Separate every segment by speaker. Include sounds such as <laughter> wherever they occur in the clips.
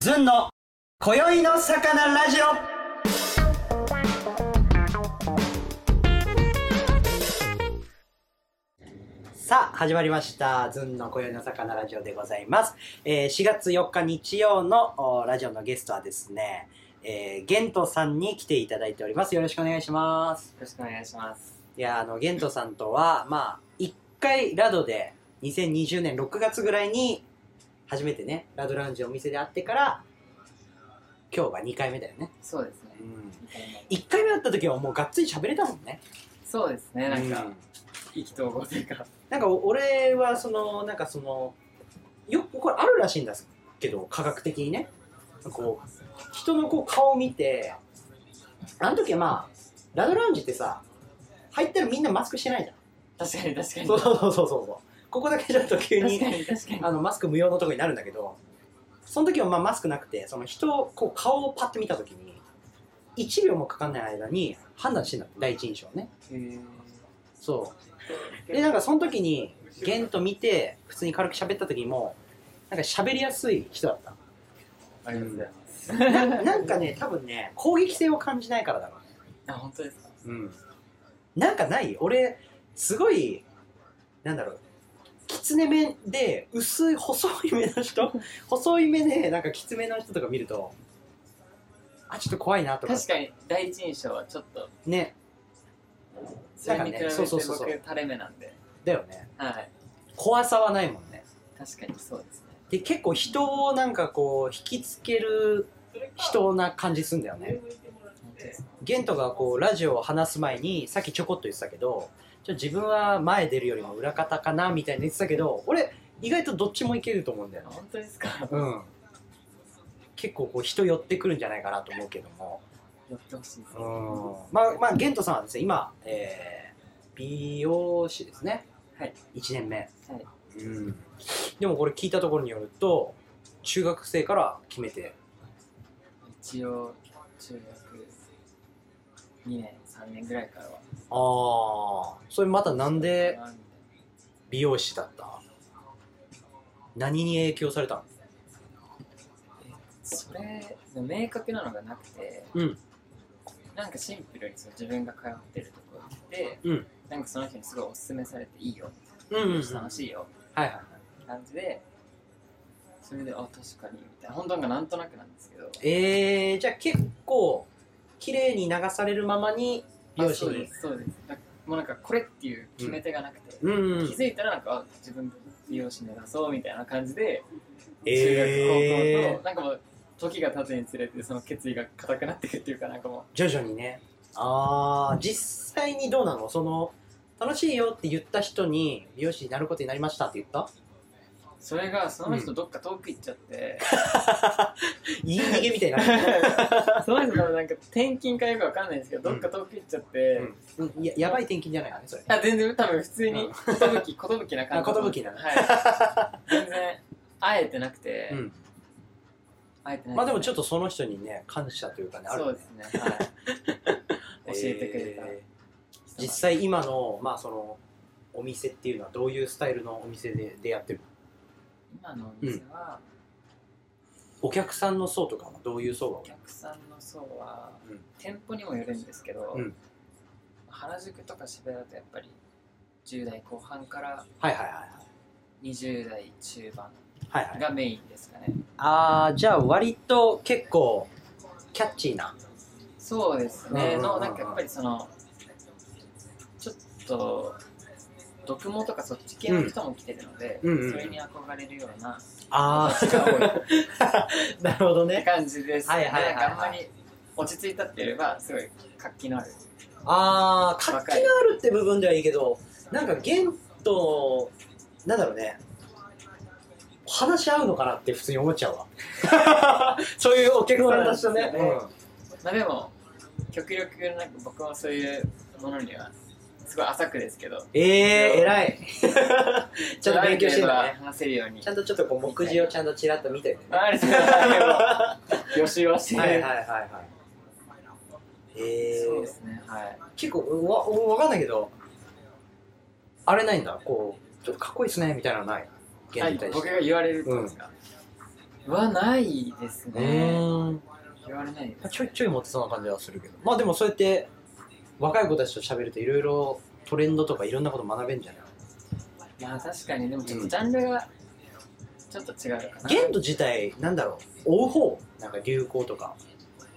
Speaker 1: ずんの今宵の魚ラジオさあ、始まりました。ずんの今宵の魚ラジオでございます。えー4月4日日曜のおラジオのゲストはですね、えー、ゲントさんに来ていただいております。よろしくお願いします。
Speaker 2: よろしくお願いします。
Speaker 1: いや、あの、ゲントさんとは、まあ、一回ラドで、2020年6月ぐらいに、初めてね、ラドラウンジお店で会ってから、今日が2回目だよね。
Speaker 2: そうですね。
Speaker 1: うん。1回目会った時はもうがっつり喋れたもんね。
Speaker 2: そうですね。なん
Speaker 1: う
Speaker 2: か、意気投合というか。
Speaker 1: なんかお俺は、その、なんかその、よくこれあるらしいんですけど、科学的にね。こう、人のこう顔を見て、あの時はまあ、ラドラウンジってさ、入ったらみんなマスクしてないじゃん。
Speaker 2: 確かに確かに。
Speaker 1: そうそうそうそうそう。ここだけちょっと急
Speaker 2: 確
Speaker 1: に
Speaker 2: かに確かに。
Speaker 1: あのマスク無用のとこになるんだけど、その時はまあマスクなくて、その人をこう顔をパッと見た時に、1秒もかかんない間に判断してんだって第一印象ね。そう。で、なんかその時に、ゲンと見て、普通に軽く喋った時も、なんか喋りやすい人だった。
Speaker 2: ありがとうございます。
Speaker 1: ななんかね、多分ね、攻撃性を感じないからだろうね
Speaker 2: あ、本当ですか
Speaker 1: うん、なんかない俺すごいなんだろうきつね目で薄い細い目の人細い目でなんかきつめの人とか見るとあちょっと怖いなとか
Speaker 2: 確かに、第一印象はちょっと、
Speaker 1: ね
Speaker 2: それに比べて
Speaker 1: そう
Speaker 2: 僕、
Speaker 1: そうそうそう
Speaker 2: 垂れ目なんで。
Speaker 1: だよね
Speaker 2: はい。
Speaker 1: 怖さはないもんね
Speaker 2: 確かにそうですね。
Speaker 1: で結構人をなんかこう引きつける人な感じすんだよね
Speaker 2: 本当ですか
Speaker 1: ゲントがこうラジオを話す前にさっきちょこっと言ってたけどちょ自分は前出るよりも裏方かなみたいに言ってたけど俺意外とどっちもいけると思うんだよ
Speaker 2: あ
Speaker 1: ね
Speaker 2: 本当ですか
Speaker 1: うん、結構こう人寄ってくるんじゃないかなと思うけども、
Speaker 2: やってほしいですね。
Speaker 1: うん、まあまあゲントさんはですね今、えー美容師ですね、
Speaker 2: はい、
Speaker 1: 1年目、
Speaker 2: はい
Speaker 1: うん、でもこれ聞いたところによると中学生から決めて
Speaker 2: 一応、中学2年、3年ぐらいからは。
Speaker 1: ああそれまたなんで美容師だった何に影響されたの
Speaker 2: それ明確なのがなくて、
Speaker 1: うん
Speaker 2: なんかシンプルにその自分が通ってるところに行って、
Speaker 1: うん
Speaker 2: なんかその人にすごいおすすめされていいよ、
Speaker 1: うんうんうん
Speaker 2: 楽しいよ
Speaker 1: はいはい
Speaker 2: って感じでそれであ確かにみたいな本当なんかなんとなくなんですけど
Speaker 1: えー、じゃあ結構綺麗に流されるままに美容師
Speaker 2: あそう
Speaker 1: に
Speaker 2: ですそうですなんかもうなんかこれっていう決め手がなくて、
Speaker 1: うんうん
Speaker 2: 気づいたらなんかあ自分美容師目指そうみたいな感じで中学高校
Speaker 1: え
Speaker 2: となんかもう時が経つにつれてその決意が固くなっていくっていうかなんかもう
Speaker 1: ー、徐々にねああ実際にどうなのその楽しいよって言った人に美容師になることになりましたって言
Speaker 2: <laughs>
Speaker 1: った
Speaker 2: それがその人どっか遠く行っちゃって、
Speaker 1: 言い逃げみたいにな
Speaker 2: その人のなんか転勤かよくわかんないんですけどどっか遠く行っちゃって、
Speaker 1: うんうんややばい転勤じゃないよねそれ
Speaker 2: あ全然多分普通
Speaker 1: うん
Speaker 2: に寿寿な感じ
Speaker 1: あ寿なの
Speaker 2: はい全然会えてなくて、
Speaker 1: うん
Speaker 2: 会えてない
Speaker 1: まあでもちょっ
Speaker 2: っ
Speaker 1: とその人にね感謝というかねある
Speaker 2: そ
Speaker 1: よ
Speaker 2: う
Speaker 1: ね
Speaker 2: ですね
Speaker 1: <laughs>
Speaker 2: はい教えてくれた、
Speaker 1: えー実際今のまあそのお店っていうのはどういうスタイルのお店ででやってる
Speaker 2: 今のお店は、
Speaker 1: お客さんの層とかはどういう層が
Speaker 2: お
Speaker 1: 多い
Speaker 2: 客さんの層は、
Speaker 1: うん
Speaker 2: 店舗にもよるんですけど、
Speaker 1: うん
Speaker 2: 原宿とか渋谷だとやっぱり10代後半から
Speaker 1: はいはいはい
Speaker 2: 20代中盤
Speaker 1: はいはいはい
Speaker 2: がメインですかね、
Speaker 1: ああじゃあ割と結構キャッチーな
Speaker 2: そうです
Speaker 1: うんうんうん
Speaker 2: ね、
Speaker 1: うん
Speaker 2: のなんかやっぱりそのちょっと読毛とかそっち系の人も来てるので、
Speaker 1: うんうんうん
Speaker 2: それに憧れるような
Speaker 1: あ
Speaker 2: 人が多いっ
Speaker 1: あ <laughs> なるほど
Speaker 2: て
Speaker 1: ね
Speaker 2: 感じです、
Speaker 1: <laughs> はいはいはいはい
Speaker 2: なんかあんまり落ち着いたっていうよりはすごい活気のある
Speaker 1: ああ活気があるって部分ではいいけどなんかゲンとなんだろうね話し合うのかなって普通に思っちゃう
Speaker 2: <laughs>
Speaker 1: わそういうお客さんたちとね
Speaker 2: そうなんですまあでも極力なんか僕もそういうものにはすごい浅くですけど
Speaker 1: ええー、偉い <laughs> ちゃんと勉強してんだ
Speaker 2: あ
Speaker 1: ね
Speaker 2: る程度は話せるように
Speaker 1: ちゃんとちょっとこう目次をちゃんとちらっと見てね
Speaker 2: あ <laughs> れ予習はして
Speaker 1: はいはいはいはい。え
Speaker 2: そう
Speaker 1: ー、
Speaker 2: ですねはい
Speaker 1: 結構うわうわかんないけど、あれないんだ、こう、ちょっとかっこいいっすねみたいなのない。現
Speaker 2: は
Speaker 1: 代
Speaker 2: い
Speaker 1: に対し
Speaker 2: 僕
Speaker 1: て。
Speaker 2: が言われるってことですか、はないですね。
Speaker 1: うん
Speaker 2: 言われないです。
Speaker 1: ちょいちょい持ってそうな感じはするけどまあでもそうやって若い子たちと喋るといろいろトレンドとかいろんなこと学べんじゃない
Speaker 2: まあ確かに、でもちょっとジャンルがちょっと違うかな。
Speaker 1: 限度自体なんだろう追う方なんか流行とか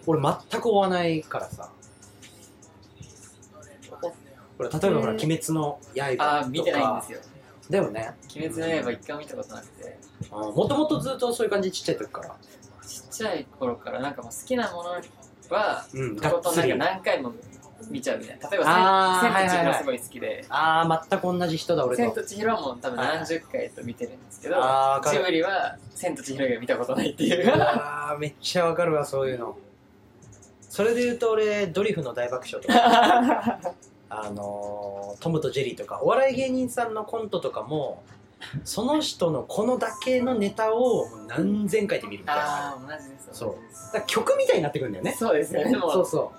Speaker 1: 俺全く追わないからさほら例えばほら「
Speaker 2: うん
Speaker 1: 鬼滅の刃」とか
Speaker 2: ああ、見てないんですよ。
Speaker 1: だよね
Speaker 2: 鬼滅の刃一回も見たことなくて、
Speaker 1: もともとずっとそういう感じちっちゃい時から
Speaker 2: ちっちゃい頃からなんかもう好きなものは、
Speaker 1: うん
Speaker 2: と
Speaker 1: が
Speaker 2: こ
Speaker 1: っ
Speaker 2: と
Speaker 1: つ
Speaker 2: なん
Speaker 1: り
Speaker 2: か何回も見ちゃうみたいな。例え
Speaker 1: あ
Speaker 2: ば
Speaker 1: ー
Speaker 2: 千、千と千
Speaker 1: はいは
Speaker 2: 尋
Speaker 1: いはい
Speaker 2: がすごい好きで、
Speaker 1: ああ全く同じ人だ俺
Speaker 2: 千
Speaker 1: と
Speaker 2: と千尋はもう多分何十回と見てるんですけど、
Speaker 1: ああ
Speaker 2: ジブリは千と千尋以外見たことないっていう。
Speaker 1: あーめっちゃわかるわそういうのそれで言うと俺ドリフの大爆笑とか
Speaker 2: <laughs>
Speaker 1: あのートムとジェリーとかお笑い芸人さんのコントとかもその人のこのだけのネタをもう何千回って見るみたいなだ
Speaker 2: <laughs> ああ、同じです。
Speaker 1: そう
Speaker 2: 同じです
Speaker 1: から曲みたいになってくるんだよね
Speaker 2: そうですよね。も
Speaker 1: そう
Speaker 2: う
Speaker 1: そ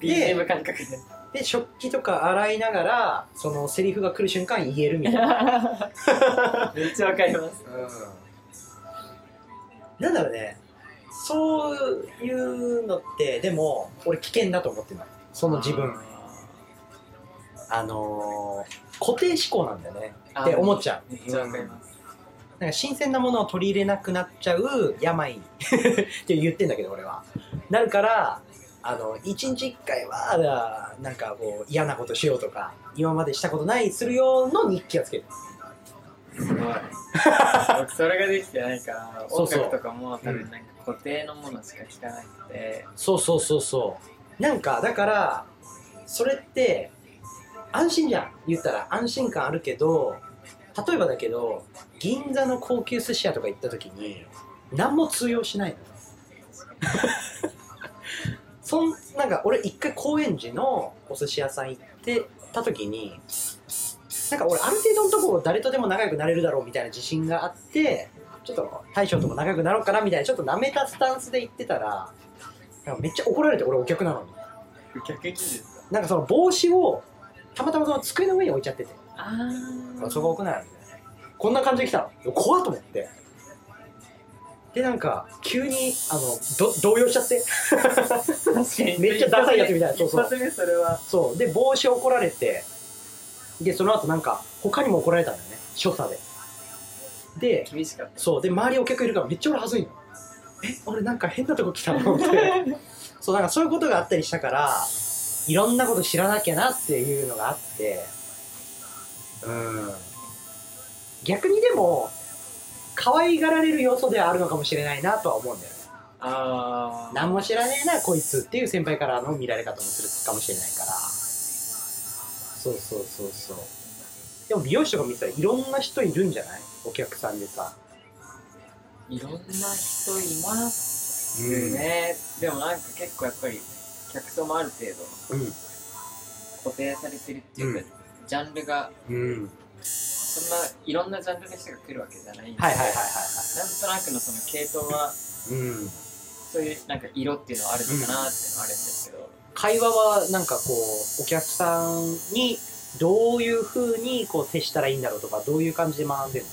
Speaker 2: BGM 感
Speaker 1: <laughs>
Speaker 2: 覚で。
Speaker 1: うで食器とか洗いながらそのセリフが来る瞬間言えるみたいな
Speaker 2: めっちゃわかります。
Speaker 1: なんだろうねそういうのってでも俺危険だと思ってないその自分あのー固定思考なんだよねって思っち
Speaker 2: ゃ
Speaker 1: ゃ
Speaker 2: めっちゃわかります。
Speaker 1: うなんか新鮮なものを取り入れなくなっちゃう病 <laughs> って言ってんだけど俺はなるからあの一日一回はなんかこう嫌なことしようとか今までしたことないするようの日記はつけてる
Speaker 2: すごい。僕それができてないから、
Speaker 1: そう
Speaker 2: 音
Speaker 1: そう
Speaker 2: 楽とかも多分なんか固定のものしか聴かなくて、
Speaker 1: そうそうそうそうなんかだからそれって安心じゃん言ったら安心感あるけど例えばだけど銀座の高級寿司屋とか行った時に何も通用しないの <laughs> そんなんか俺一回高円寺のお寿司屋さん行ってた時になんか俺ある程度のところ誰とでも仲良くなれるだろうみたいな自信があってちょっと大将とも仲良くなろうかなみたいなちょっと舐めたスタンスで行ってたらなんかめっちゃ怒られて俺お客なのに
Speaker 2: 逆にですか
Speaker 1: なんかその帽子をたまたまその机の上に置いちゃってて
Speaker 2: あ
Speaker 1: あ
Speaker 2: あ。
Speaker 1: そこ置くなよみたいなこんな感じで来たの怖っと思ってでなんか急にあのど動揺しちゃって
Speaker 2: 確かに
Speaker 1: めっちゃダサいやつみたいなそうそう
Speaker 2: 一発目それは。
Speaker 1: そうで帽子怒られてでその後なんか他にも怒られたんだよね所作でで
Speaker 2: 厳しかっ
Speaker 1: そうで周りお客いるからめっちゃ俺恥ずいのえ俺なんか変なとこ来たのってそうなんかそういうことがあったりしたからいろんなこと知らなきゃなっていうのがあってうん逆にでも可愛がられる要素ではあるのかもしれないなとは思うんだよね
Speaker 2: た。ああ。
Speaker 1: 何も知らねえなこいつっていう先輩からの見られ方もするかもしれないからそうそうそうそうでも美容師とか見てたらいろんな人いるんじゃないお客さんでさ、
Speaker 2: いろんな人いますね。でもなんか結構やっぱり、客層もある程度
Speaker 1: うん
Speaker 2: 固定されてるっていうか、ジャンルが、
Speaker 1: うん
Speaker 2: そんないろんなジャンルの人が来るわけじゃないんで、
Speaker 1: はいはいはい
Speaker 2: なんとなくのその系統
Speaker 1: はい
Speaker 2: は、
Speaker 1: はいうん
Speaker 2: そういうなんか色っていうのはあるのかなっていうのはあるんですけど、
Speaker 1: 会話はなんかこうお客さんにどういうふうにこう接したらいいんだろうとかどういう感じで学んでる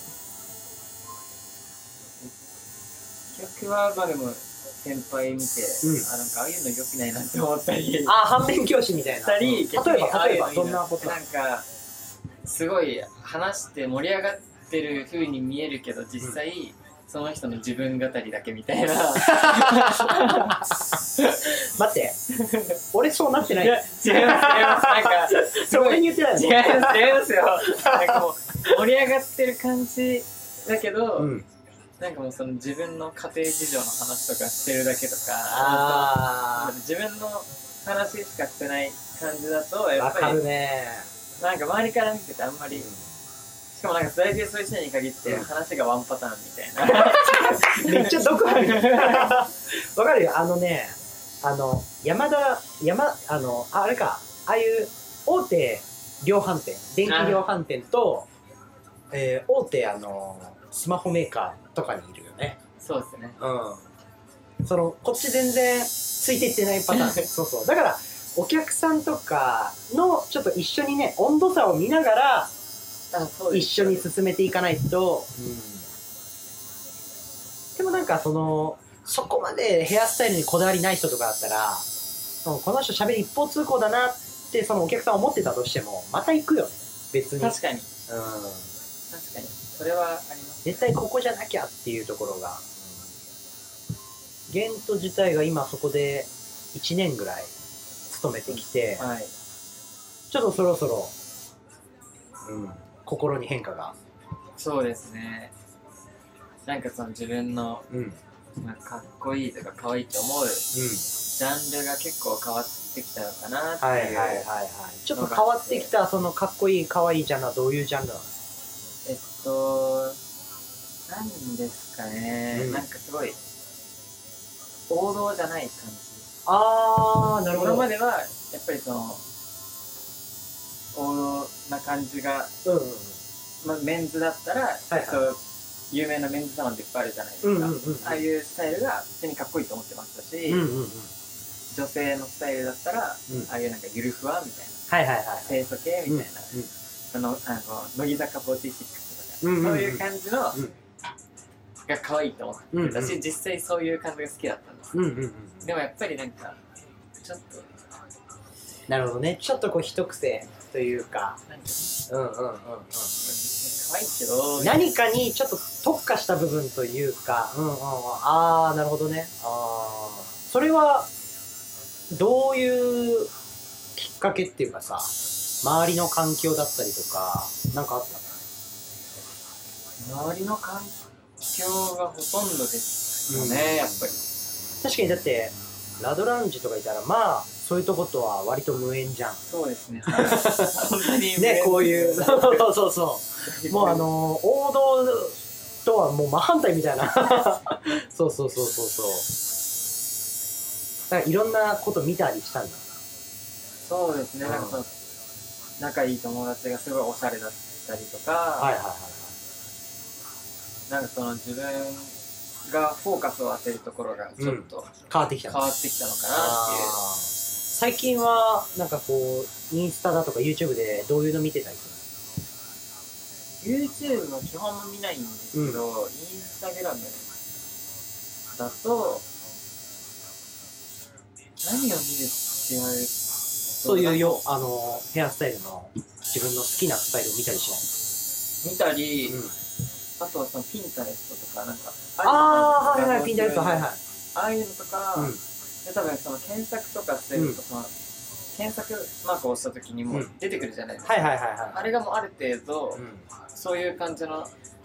Speaker 2: 客はまあでも先輩
Speaker 1: う
Speaker 2: 見て、
Speaker 1: ん
Speaker 2: あなんかああいうの良くないなって思ったり
Speaker 1: のああ反面教師みたい
Speaker 2: し
Speaker 1: な
Speaker 2: たり、逆に
Speaker 1: 例えば例え
Speaker 2: ああ
Speaker 1: ば
Speaker 2: いう
Speaker 1: ど
Speaker 2: のいい
Speaker 1: んなことな
Speaker 2: なんかすごい話して盛り上がってる風に見えるけど実際、その人の自分語りだけみたいな
Speaker 1: 待って俺そうなってない
Speaker 2: <laughs> や違います違いますなんか
Speaker 1: それ俺に言ってない
Speaker 2: 違い
Speaker 1: の
Speaker 2: ます違いますよなんかもう盛り上がってる感じだけど、
Speaker 1: うん
Speaker 2: なんかもうその自分の家庭事情の話とかしてるだけとか
Speaker 1: あ
Speaker 2: 自分の話しかしてない感じだと
Speaker 1: あ
Speaker 2: や
Speaker 1: わ
Speaker 2: っぱ
Speaker 1: か
Speaker 2: り
Speaker 1: るね
Speaker 2: なんか周りから見ててあんまりしかもなんか大体そういう人に限って
Speaker 1: うん
Speaker 2: 話がワンパターンみ
Speaker 1: <laughs>
Speaker 2: たいな
Speaker 1: めっちゃ毒ある <laughs> わかるよあのねあの山田山あのああれかああいう大手量販店電気量販店と、えー大手あのスマホメーカーとかにいるよね
Speaker 2: そうですね
Speaker 1: うんそのこっち全然ついていってないパ <laughs> ターンそうそうだからお客さんとかのちょっと一緒にね温度差を見ながら
Speaker 2: あそう
Speaker 1: 一緒に進めていかないと、ででもなんかそのそこまでヘアスタイルにこだわりない人とかだったらもうこの人喋り一方通行だなってそのお客さん思ってたとしてもまた行くよ別に、うん、
Speaker 2: 確かに確かにそれはあります
Speaker 1: 絶対ここじゃなきゃっていうところがゲント自体が今そこで1年ぐらい勤めてきて、
Speaker 2: はい
Speaker 1: ちょっとそろそろ、うん、心に変化が、
Speaker 2: そうですねなんかその自分の
Speaker 1: うんうん、
Speaker 2: まあかっこいいとか可愛いと思うジャンルが結構変わってきたのかなって、
Speaker 1: はいはいいうはいはいちょっと変わってきたそのかっこいいかわいいジャンルはどういうジャンルなの
Speaker 2: えっとなんですかね、
Speaker 1: うん
Speaker 2: なんかすごい王道じゃない感
Speaker 1: ああな
Speaker 2: じ今まではやっぱりその王道な感じが、
Speaker 1: うんうん
Speaker 2: まあ、メンズだったら、
Speaker 1: いはい
Speaker 2: そう有名なメンズサロンっていっぱいあるじゃないですか、
Speaker 1: うんうんうん
Speaker 2: ああいうスタイルが普通にかっこいいと思ってましたし、
Speaker 1: うんうんうん
Speaker 2: 女性のスタイルだったら、
Speaker 1: うん
Speaker 2: ああいうなんかゆるふわみたいな
Speaker 1: はいはいはい
Speaker 2: 清楚系みたいな、
Speaker 1: うんうん
Speaker 2: そのあの乃木坂46とか、
Speaker 1: うんうんうん
Speaker 2: そういう感じの、
Speaker 1: ん
Speaker 2: が可愛いと思って、
Speaker 1: うんうん
Speaker 2: 私実際そういう感じが好きだったんです、
Speaker 1: うんうんうん
Speaker 2: でもやっぱりなんかちょっと
Speaker 1: なるほどねちょっとこう一癖というか
Speaker 2: なんか
Speaker 1: うんうんうんうん
Speaker 2: 可愛いけど
Speaker 1: 何かにちょっと特化した部分というか、うんうんうん、ああなるほどねあーそれはどういうきっかけっていうかさ周りの環境だったりとかなんかあった
Speaker 2: 周りの環境がほとんどですよね、
Speaker 1: うん
Speaker 2: やっぱり
Speaker 1: 確かにだってラドランジとかいたらまあそういうとことは割と無縁じゃん
Speaker 2: そうです
Speaker 1: <laughs>
Speaker 2: ねはい本当に
Speaker 1: ねこう
Speaker 2: <laughs>
Speaker 1: いう <laughs> そうそうそうそうもうあの王道とはもう真反対みたいな <laughs> そうそうそうそうそうだからいろんなこと見たりしたんだ
Speaker 2: そうですね、
Speaker 1: うん
Speaker 2: なんかその仲いい友達がすごいおしゃれだったりとか、
Speaker 1: はいはいはい
Speaker 2: なんかその自分がフォーカスを当てるところがちょっと
Speaker 1: 変わってきた
Speaker 2: 変
Speaker 1: んだ
Speaker 2: わってきたのかなっていう、
Speaker 1: あー最近はなんかこうインスタだとか YouTube でどういうの見てたりす
Speaker 2: YouTube は基本も見ないんですけど、インスタグラムだと何を見るって言われる
Speaker 1: る
Speaker 2: と
Speaker 1: そういうよあのヘアスタイルの自分の好きなスタイルを見たりし
Speaker 2: 見たり、
Speaker 1: ない、
Speaker 2: あとはそのピンタレストとかなんか
Speaker 1: ああ
Speaker 2: あ
Speaker 1: ー
Speaker 2: いうの
Speaker 1: はいはいピンタレストはいはい
Speaker 2: ああいうのとか、
Speaker 1: うん
Speaker 2: で多分その検索とかするとその、検索マークを押した時にもう出てくるじゃないですか、
Speaker 1: はいはいはいは
Speaker 2: あれがもうある程度、
Speaker 1: いうん
Speaker 2: そういう感じのも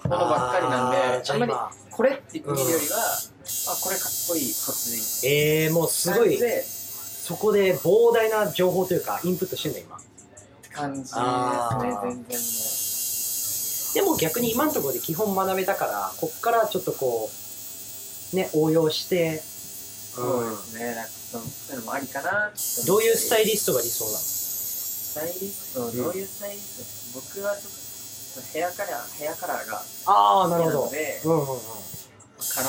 Speaker 2: のばっかりなんで
Speaker 1: あーじゃ
Speaker 2: あん
Speaker 1: あ
Speaker 2: まり
Speaker 1: 今
Speaker 2: これって見るよりは、あこれかっこいいこっちでいい
Speaker 1: ええー、もうすごい
Speaker 2: で
Speaker 1: そこで膨大な情報というかインプットしてんだ今
Speaker 2: 感じですね
Speaker 1: あー
Speaker 2: 全然
Speaker 1: で
Speaker 2: も
Speaker 1: も逆に今のところで基本学べたからこっからちょっとこうね応用して、
Speaker 2: うそうですねなんかそのそういうのもありかなって思って
Speaker 1: どういうスタイ
Speaker 2: リ
Speaker 1: リストが理想なの
Speaker 2: ストリストどういうスタイリスト、僕はちょっとヘアカラーヘアカラーが
Speaker 1: ああ
Speaker 2: 好
Speaker 1: な
Speaker 2: き
Speaker 1: る
Speaker 2: な
Speaker 1: ほ
Speaker 2: の
Speaker 1: ど
Speaker 2: で
Speaker 1: うんうんうん
Speaker 2: カラ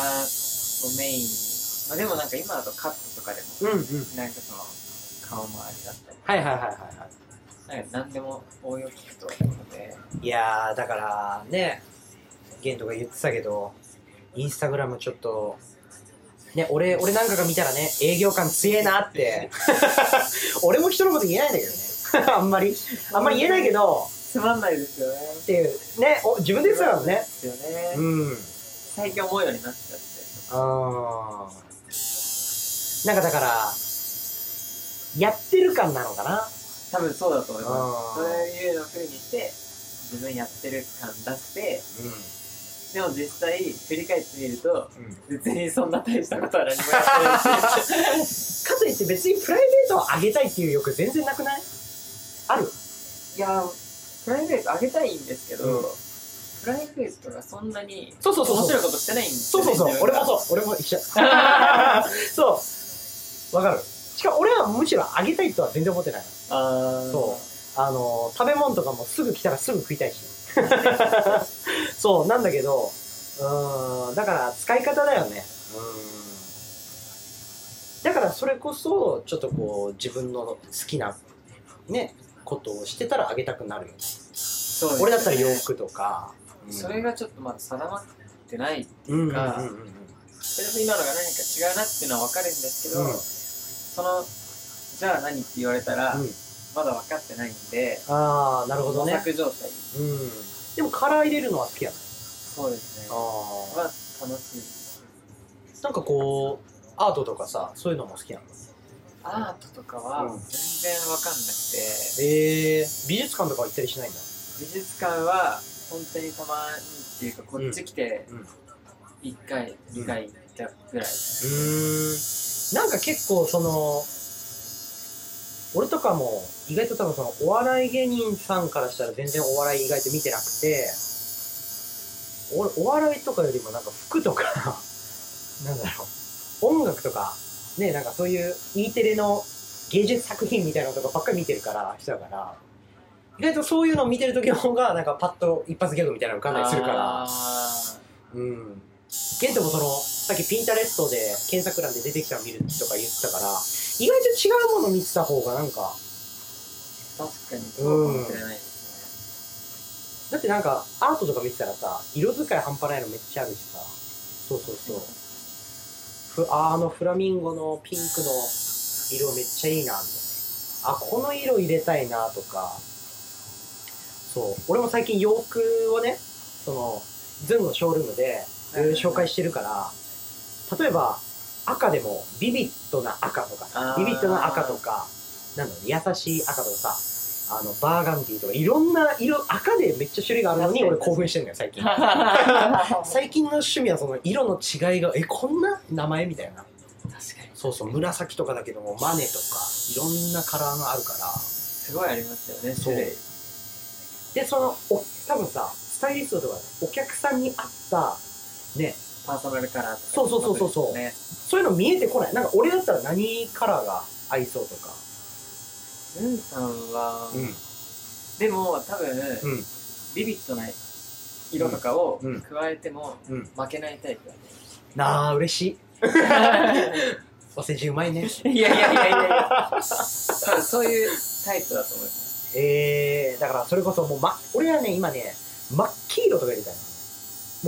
Speaker 2: ーをメインに、まあ、でもなんか今だとカットとかでも
Speaker 1: うんうん
Speaker 2: なんかその顔周りだったり
Speaker 1: はいはいはいはいは
Speaker 2: なんか何でも応用聞くと思うので
Speaker 1: いいやーだからねゲントが言ってたけどインスタグラムちょっとね俺俺なんかが見たらね営業感強えなって <laughs> 俺も人のこと言えないんだけどね <laughs> あんまりあんまり言えないけど
Speaker 2: つまんないですよね
Speaker 1: っていうねお自分で言ってたからね
Speaker 2: ですよね、
Speaker 1: うん
Speaker 2: 最近思うようになっちゃって
Speaker 1: あーなんかだからやってる感なのかな
Speaker 2: 多分そうだと思います
Speaker 1: あ
Speaker 2: そう
Speaker 1: ー
Speaker 2: いう風にして自分やってる感出してでも実際振り返ってみると
Speaker 1: うん、か
Speaker 2: 別にそんな大したことは何もやってないし
Speaker 1: といって別にプライベートを上げたいっていう欲全然なくないある <laughs>
Speaker 2: いやプライベートあげたいんですけど、
Speaker 1: うん
Speaker 2: プライベートがそんなに
Speaker 1: そうそうそう
Speaker 2: 面
Speaker 1: そ
Speaker 2: 白
Speaker 1: う
Speaker 2: いことしてないんです
Speaker 1: そ
Speaker 2: よ
Speaker 1: うそうそう
Speaker 2: 自分
Speaker 1: 俺
Speaker 2: が
Speaker 1: もそう俺も一 <laughs> 緒そうわかるしかも俺はむしろ上げたいとは全然思ってない
Speaker 2: あー
Speaker 1: そうあの食べ物とかもすぐ来たらすぐ食いたいし <laughs> そうなんだけどうーんだから使い方だよねだからそれこそちょっとこう自分の好きなねことをしてたらあげたくなるよ、ね、
Speaker 2: そうですね
Speaker 1: 俺だったら洋服とか、
Speaker 2: それがちょっとまだ定まってない
Speaker 1: うんうんうんうん
Speaker 2: が
Speaker 1: うん
Speaker 2: 別に今のが何か違うなっていうのは分かるんですけど、
Speaker 1: うん
Speaker 2: そのじゃあ何って言われたら、
Speaker 1: うん
Speaker 2: まだ分かってないんで
Speaker 1: ああなるほど
Speaker 2: 模
Speaker 1: ね
Speaker 2: 索状態
Speaker 1: うんでもカラー入れるのは好きやな
Speaker 2: そうですね
Speaker 1: あ
Speaker 2: は楽しいです
Speaker 1: なんかこうアートとかさそういうのも好きなの
Speaker 2: アートとかは
Speaker 1: うん
Speaker 2: 全然分かんなくて、
Speaker 1: えー、美術館とかは行ったりしないんだ
Speaker 2: 美術館は本当にたまにっていうかこっち来て
Speaker 1: うんうん
Speaker 2: 1回、2回行ったぐらい、
Speaker 1: うーんなんか結構その俺とかも意外と多分そのお笑い芸人さんからしたら全然お笑い意外と見てなくて俺お笑いとかよりもなんか服とか <laughs> なんだろう音楽とかねなんかそういう E テレの芸術作品みたいなのとかばっかり見てるから人だから意外とそういうのを見てる時の方がなんかパッと一発ギャグみたいなの浮かんだりするから
Speaker 2: あー
Speaker 1: うん。ケントもその、さっきピンタレストで検索欄で出てきたの見るとか言ってたから、意外と違うもの見てた方がなんか、
Speaker 2: 確かにそうかもしれないです
Speaker 1: だってなんかアートとか見てたらさ、色使い半端ないのめっちゃあるしさ。そうそう
Speaker 2: ね、
Speaker 1: そう。ふああのフラミンゴのピンクの色めっちゃいいな、みたいな。あ、この色入れたいな、とか。そう。俺も最近洋服をね、その、ズンのショールームで、いろいろ紹介してるから、例えば、赤でも、ビビッドな赤とかさ
Speaker 2: あ、ー
Speaker 1: ビビッドな赤とか、なんだろうね、優しい赤とかさ、あの、バーガンディとか、いろんな色、赤でめっちゃ種類があるのに、俺
Speaker 2: 確か
Speaker 1: 興
Speaker 2: に
Speaker 1: 奮してるのよ、最近。
Speaker 2: 確か
Speaker 1: 最近の趣味はその色の違いがえこんな名前みたいな
Speaker 2: に
Speaker 1: そうそう紫とかだけどもマネとかいろんなカラーがあるから
Speaker 2: すごいありますよね
Speaker 1: そう
Speaker 2: 種類
Speaker 1: でそのお多分さスタイリストとかお客さんに合ったね
Speaker 2: パーソナルカラーとか
Speaker 1: そうそうそうそうそう
Speaker 2: ね
Speaker 1: そういうの見えてこないなんか俺だったら何カラーが合いそうとか
Speaker 2: ズンさんは、
Speaker 1: ん
Speaker 2: でも多分、
Speaker 1: うん
Speaker 2: ビビットな色とかを
Speaker 1: うん
Speaker 2: 加えても
Speaker 1: うん
Speaker 2: 負けないタイプだね、
Speaker 1: なあ嬉しいお世辞うまいね
Speaker 2: <laughs> いやいやいやいやいや多分そういうタイプだと思います
Speaker 1: えー、だからそれこそもう、ま、俺はね今ね真っ黄色とか入れたいの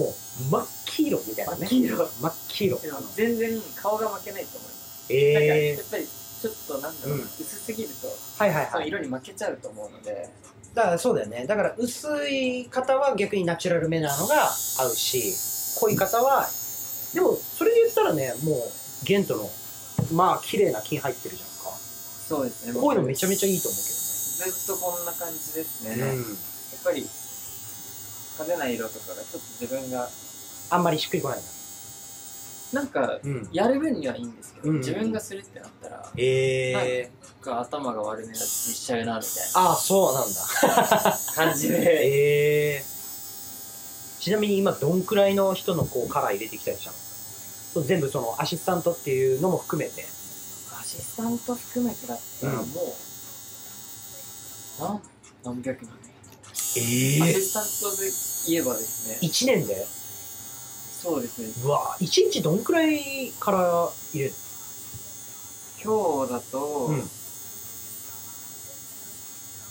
Speaker 1: もう真っ黄色みたいなね
Speaker 2: 黄色
Speaker 1: 真っ黄色
Speaker 2: でも全然顔が負けないと思います、なんか
Speaker 1: え
Speaker 2: や
Speaker 1: ー
Speaker 2: っ、ぱりちょっとなんだろう、
Speaker 1: うん
Speaker 2: 薄すぎると
Speaker 1: はいはい
Speaker 2: そ
Speaker 1: は
Speaker 2: の
Speaker 1: い。
Speaker 2: 色に負けちゃうと思うので
Speaker 1: だからそうだよね。だから薄い方は逆にナチュラルめなのが合うし、濃い方は、でもそれで言ったらね、もう、ゲントの、まあ、綺麗な金入ってるじゃんか。
Speaker 2: そうですね
Speaker 1: こういうの
Speaker 2: も
Speaker 1: めちゃめちゃいいと思う
Speaker 2: ずっとこんな感じですね、
Speaker 1: けど
Speaker 2: や
Speaker 1: ね。
Speaker 2: っ
Speaker 1: うん。
Speaker 2: ぱり派手な色とかがちょっと自分が
Speaker 1: あんまりしっくりこないな。
Speaker 2: なんか
Speaker 1: うん。
Speaker 2: やる分にはいいんですけど、
Speaker 1: うん
Speaker 2: 自分がするってなったら
Speaker 1: えー、
Speaker 2: なんか頭が悪めだししちゃうなみたい
Speaker 1: ああ、そうなんだ。
Speaker 2: な感じで
Speaker 1: えー。ちなみに今、どんくらいの人のこうカラー入れてきたりしたのそう全部そのアシスタントっていうのも含めて。
Speaker 2: アシスタント含めてだったらもう、
Speaker 1: うん
Speaker 2: なん、何百人
Speaker 1: え
Speaker 2: アシスタントで言えばですね
Speaker 1: 1年で
Speaker 2: そうですね
Speaker 1: うわ1日どんくらいから入れる
Speaker 2: 今日だと、
Speaker 1: うん
Speaker 2: 今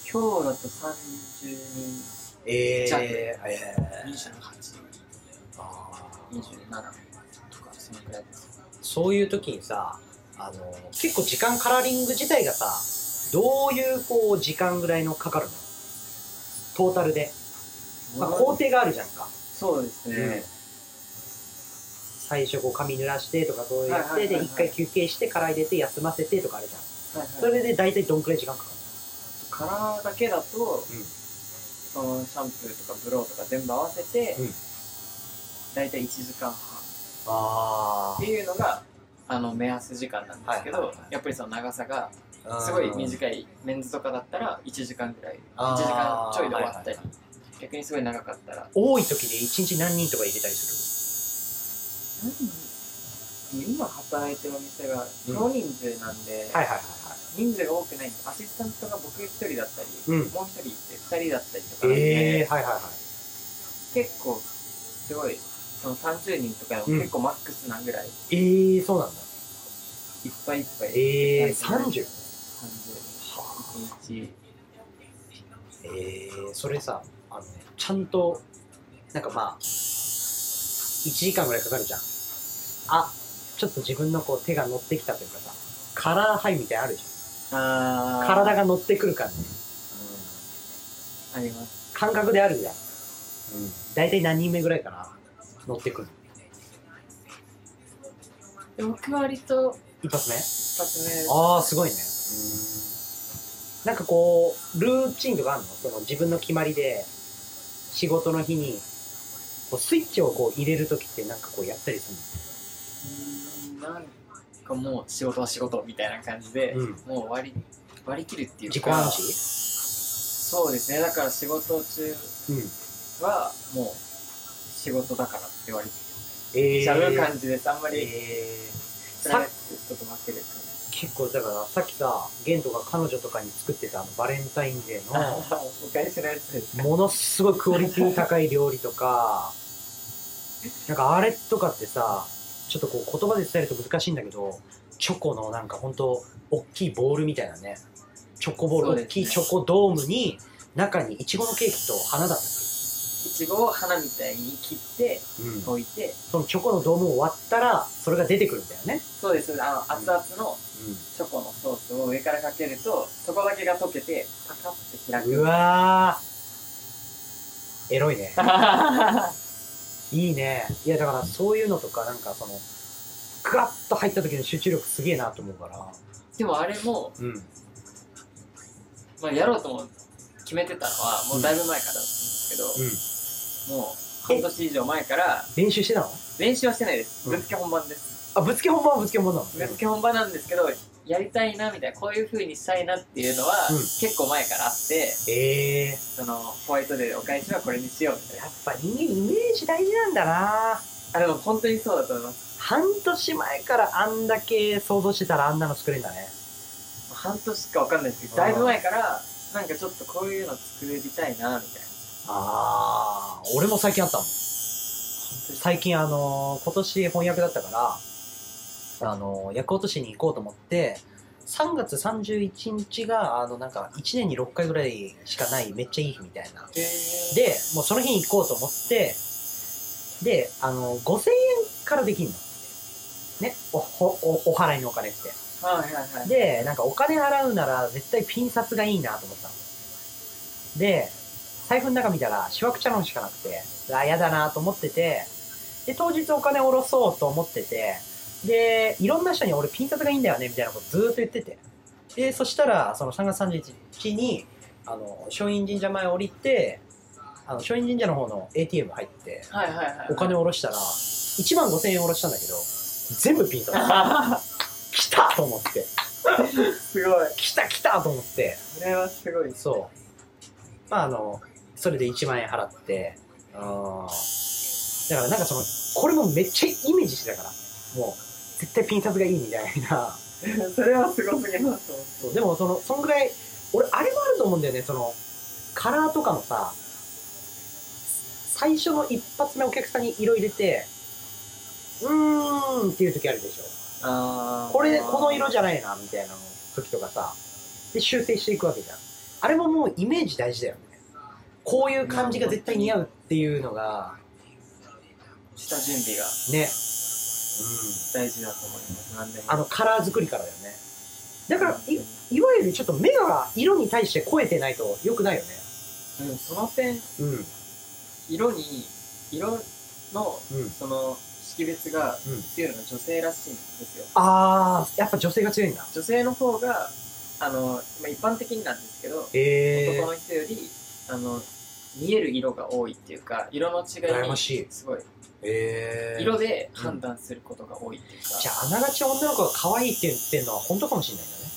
Speaker 2: 日だと30人
Speaker 1: え
Speaker 2: じゃあ
Speaker 1: えー
Speaker 2: 28
Speaker 1: あー
Speaker 2: 27とかそのくらいです
Speaker 1: そういう時にさあの結構時間カラーリング自体がさどういうこう時間ぐらいのかかるのトータルで、まあ、工程があるじゃんか、
Speaker 2: そうですね、
Speaker 1: 最初こう髪濡らしてとかそうやって、
Speaker 2: はいはいはいは
Speaker 1: で
Speaker 2: い
Speaker 1: 一回休憩してカラー入れて休ませてとかあるじゃん
Speaker 2: はいはい
Speaker 1: それで大体どんくらい時間かかる
Speaker 2: カラーだけだ
Speaker 1: う
Speaker 2: と、
Speaker 1: ん
Speaker 2: そのシャンプーとかブローとか全部合わせて、
Speaker 1: うん
Speaker 2: だいたい1時間半
Speaker 1: のあ
Speaker 2: っていうのがあの目安時間なんですけど、
Speaker 1: はいはいはい
Speaker 2: やっぱりその長さが
Speaker 1: あ
Speaker 2: すごい短いメンズとかだったら1時間ぐらい1時間ちょいで終わったり、逆にすごい長かったら
Speaker 1: 多い時で1日何人とか入れたりす
Speaker 2: 今働いてるお店が
Speaker 1: うん
Speaker 2: 少人数なんで、
Speaker 1: るはいはいはいはい
Speaker 2: 人数が多くないんでアシスタントが僕一人だったり、
Speaker 1: うん
Speaker 2: もう一人いて二人だったりとかなん
Speaker 1: え
Speaker 2: で、
Speaker 1: えはいはいはい。
Speaker 2: 結構すごいその30人とかで
Speaker 1: う
Speaker 2: も
Speaker 1: ん
Speaker 2: 結構マックスなぐらいいっ
Speaker 1: ええそうなんだ。
Speaker 2: ぱいいっぱい
Speaker 1: ええ
Speaker 2: 三
Speaker 1: 三
Speaker 2: 十
Speaker 1: 十。
Speaker 2: 一日
Speaker 1: ええそれさ、あのね、ちゃんと、なんかまあ、1時間ぐらいかかるじゃん。あちょっと自分のこう手が乗ってきたというかさカラーハイみたいなのあるじゃん
Speaker 2: あー
Speaker 1: 体が乗ってくる感じ
Speaker 2: あります
Speaker 1: 感覚であるじゃん、大体何人目ぐらいから乗ってくる
Speaker 2: で僕は割と
Speaker 1: 一発目
Speaker 2: 一発目
Speaker 1: ああすごいねなんかこうルーチンとかあるのその自分の決まりで仕事の日にこうスイッチをこう入れる時ってなんかこうやったりす
Speaker 2: うーんなんかもう仕事は仕事みたいな感じで、
Speaker 1: るの、うん、
Speaker 2: もう割り割り切るっていうか
Speaker 1: 自己暗示
Speaker 2: そうですねだから仕事中
Speaker 1: うん
Speaker 2: はもう仕事だからって割り
Speaker 1: え
Speaker 2: 切っちゃう感じです、あんま
Speaker 1: え
Speaker 2: り
Speaker 1: ー
Speaker 2: プライベートと負ける
Speaker 1: 結構だからさっきさ玄とか彼女とかに作ってたあのバレンタインデー <laughs>
Speaker 2: 感
Speaker 1: の
Speaker 2: じ <laughs> お返しのやつですか
Speaker 1: ものすごいクオリティ高い料理とかなんかあれとかってさちょっとこう言葉で伝えると難しいんだけどチョコのなんかほんと大きいボールみたいなねチョコボール、
Speaker 2: そうで
Speaker 1: 大
Speaker 2: すね
Speaker 1: きいチョコドームに中にいちごのケーキと花だったっ
Speaker 2: いちごを花みたいに切って
Speaker 1: け、うん、
Speaker 2: 置いて
Speaker 1: そのチョコのドームを割ったらそれが出てくるんだよね、
Speaker 2: そうですあの熱々のチョコのソースを上からかけるとそこだけが溶けてパカッて開
Speaker 1: う
Speaker 2: く
Speaker 1: わーエロいねいいね。いや、だからそういうのとか、なんかその、グワッと入った時の集中力すげえなと思うから。
Speaker 2: <laughs> でもあれも、
Speaker 1: うん。
Speaker 2: まあ、やろうとも決めてたのはもうだいぶ前からだったんですけど、もう半年以上前から
Speaker 1: 練習してたの
Speaker 2: 練習はしてないで
Speaker 1: う
Speaker 2: す
Speaker 1: ん
Speaker 2: ぶっつけ本番です、
Speaker 1: あ、ぶつけ本番はぶつけ本番な
Speaker 2: ぶっ
Speaker 1: の
Speaker 2: つけ本番なんですけどやりたいなみたいなこういう風にしたいなっていうのは、
Speaker 1: うん
Speaker 2: 結構前からあって
Speaker 1: ええ
Speaker 2: そのホワイトデーでお返しはこれにしようみたい
Speaker 1: や
Speaker 2: な
Speaker 1: っぱ人間イメージ大事なんだな
Speaker 2: あでも本当にそうだと思います
Speaker 1: 半年前からあんだけ想像してたらあんなの作れんだね。
Speaker 2: 半年かわかんないですけどだいぶ前からなんかちょっとこういうの作りたいなみたいな
Speaker 1: ああ、俺も最近あったもん。最近あのー今年翻訳だったから、あのー、役落としに行こうと思って、3月31日が、あの、なんか、1年に6回ぐらいしかない、めっちゃいい日みたいな。
Speaker 2: で
Speaker 1: で、もうその日に行こうと思って、で、あの、5000円からできんの。ね、お、お、おお払いのお金って。
Speaker 2: はいはいはい
Speaker 1: で、なんかお金払うなら絶対ピン札がいいなと思ったの。で、財布の中見たらしわくちゃのしかなくて、あ、やだなと思ってて、で、当日お金下ろそうと思ってて、で、いろんな人に俺ピン札がいいんだよねみたいなことずーっと言ってて。で、そしたら、その3月31日に、あの、松陰神社前降りて、あの、松陰神社の方の ATM 入って、
Speaker 2: はいはいはい
Speaker 1: お金下ろしたら、1万5000円下ろしたんだけど、全部ピン札。来たと思って。
Speaker 2: <laughs> すごい
Speaker 1: 来た来たと思って
Speaker 2: それはすごい
Speaker 1: そうまああのそれで1万円払ってうんだからなんかそのこれもめっちゃイメージしてたからもう絶対ピン札がいいみたいな
Speaker 2: <laughs> それはすごすぎます
Speaker 1: そうでもそのそんぐらい俺あれもあると思うんだよねそのカラーとかもさ最初の一発目お客さんに色入れてうーんっていう時あるでしょ
Speaker 2: あー
Speaker 1: これこの色じゃないなみたいなの時とかさで修正していくわけじゃんあれももうイメージ大事だよねこういう感じが絶対似合うっていうのが
Speaker 2: 下準備が
Speaker 1: ねうん
Speaker 2: 大事だと思いますなんでも
Speaker 1: あのカラー作りからだよねだからいいわゆるちょっと目が色に対して超えてないと良くないよね
Speaker 2: うんその点
Speaker 1: うん
Speaker 2: 色に色の
Speaker 1: うん
Speaker 2: その識別が
Speaker 1: うん
Speaker 2: 強いのが女性らしいんですよ
Speaker 1: ああやっぱ女性が強いんだ
Speaker 2: 女性の方があの、まあ、一般的になんですけど、
Speaker 1: ええ
Speaker 2: 男の人よりあの見える色が多いっていうか色の違
Speaker 1: 羨
Speaker 2: い
Speaker 1: ま
Speaker 2: に
Speaker 1: しい
Speaker 2: すごい
Speaker 1: ええ
Speaker 2: 色で判断することが多いっていうか、
Speaker 1: じゃああながち女の子が可愛いって言ってるのは本当かもしれないんだね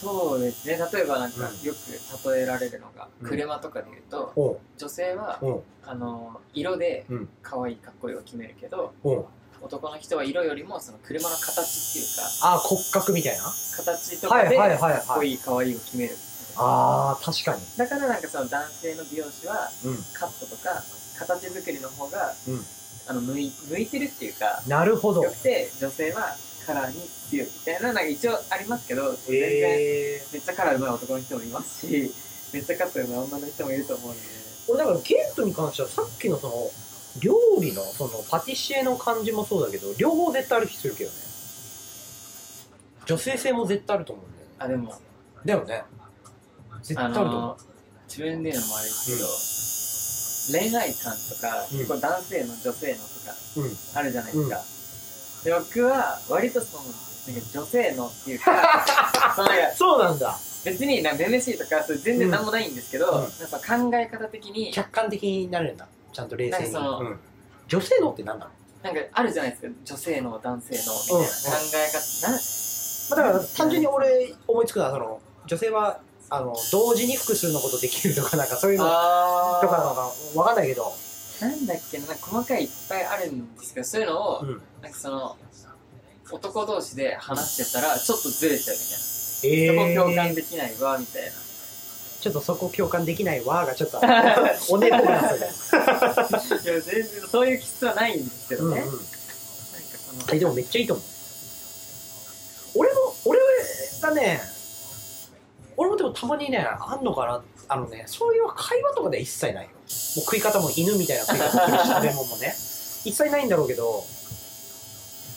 Speaker 2: そうですね例えばなんか
Speaker 1: うん
Speaker 2: よく例えられるのが、
Speaker 1: うん
Speaker 2: 車とかで言うと
Speaker 1: おう
Speaker 2: 女性は
Speaker 1: おう
Speaker 2: あの色で
Speaker 1: うん
Speaker 2: 可愛いかっこいいを決めるけど
Speaker 1: おう
Speaker 2: 男の人は色よりもその車の形っていうか
Speaker 1: ああ骨格みたいな
Speaker 2: 形とか
Speaker 1: はい
Speaker 2: で
Speaker 1: はいはいはい
Speaker 2: かっこいい可愛いを決める
Speaker 1: ああ確かに
Speaker 2: だからなんかその男性の美容師は
Speaker 1: うん
Speaker 2: カットとか形作りの方が、
Speaker 1: うん
Speaker 2: あの向い向いてるっていうか
Speaker 1: なるほど
Speaker 2: よくて女性はカラーに強いみたいななんか一応ありますけど全然、
Speaker 1: え
Speaker 2: めっちゃカラー上手い男の人もいます <laughs> しめっちゃカット上手い女の人もいると思うんで
Speaker 1: ー、俺だからゲートに関してはさっきのその料理のそのパティシエの感じもそうだけど両方絶対ある気するけどね女性性も絶対あると思うんだよね
Speaker 2: あでも
Speaker 1: だよね絶対あ
Speaker 2: あ
Speaker 1: ると思う
Speaker 2: の自分で言うのもあれですけど、恋愛観とか、
Speaker 1: うん
Speaker 2: こう男性の女性のとか
Speaker 1: うん
Speaker 2: あるじゃないですか、で僕は割とそのなんか女性のっていう <laughs> かそのなんか
Speaker 1: そうなんだ
Speaker 2: 別になんかめめしいとかそれ全然なんもないんですけど、
Speaker 1: うん
Speaker 2: なんかその考え方的に
Speaker 1: 客観的になれるんだちゃんと冷静に、
Speaker 2: なんかその
Speaker 1: うん女性のって何なの、
Speaker 2: なんかあるじゃないですか女性の男性のみたいな考え方、な
Speaker 1: まあ、だから単純に俺思いつくのはその女性はあの同時に複数のことできるとかなんかそういうの
Speaker 2: あ
Speaker 1: とかなんか分かんないけど、
Speaker 2: ーなんだっけななんか細かいいっぱいあるんですけどそういうのを、
Speaker 1: うん、
Speaker 2: なんかその男同士で話してたらちょっとずれちゃうみたい
Speaker 1: え
Speaker 2: なそこ
Speaker 1: ー
Speaker 2: 共感できないわみたい
Speaker 1: ちょっとそこ共感できないわがちょっ
Speaker 2: <laughs>
Speaker 1: とおねっぽくなってた
Speaker 2: な。いや全然そういう気質はないんですけ
Speaker 1: う
Speaker 2: ど
Speaker 1: んう
Speaker 2: ね。
Speaker 1: ん
Speaker 2: なんかそ
Speaker 1: え
Speaker 2: の
Speaker 1: でもめっちゃいいと思う俺も俺がね俺もでもたまにねあんのかなあのねそういう会話とかでは一切ないよもう食い方も犬みたいな食い方するし食べ物もね一切ないんだろうけど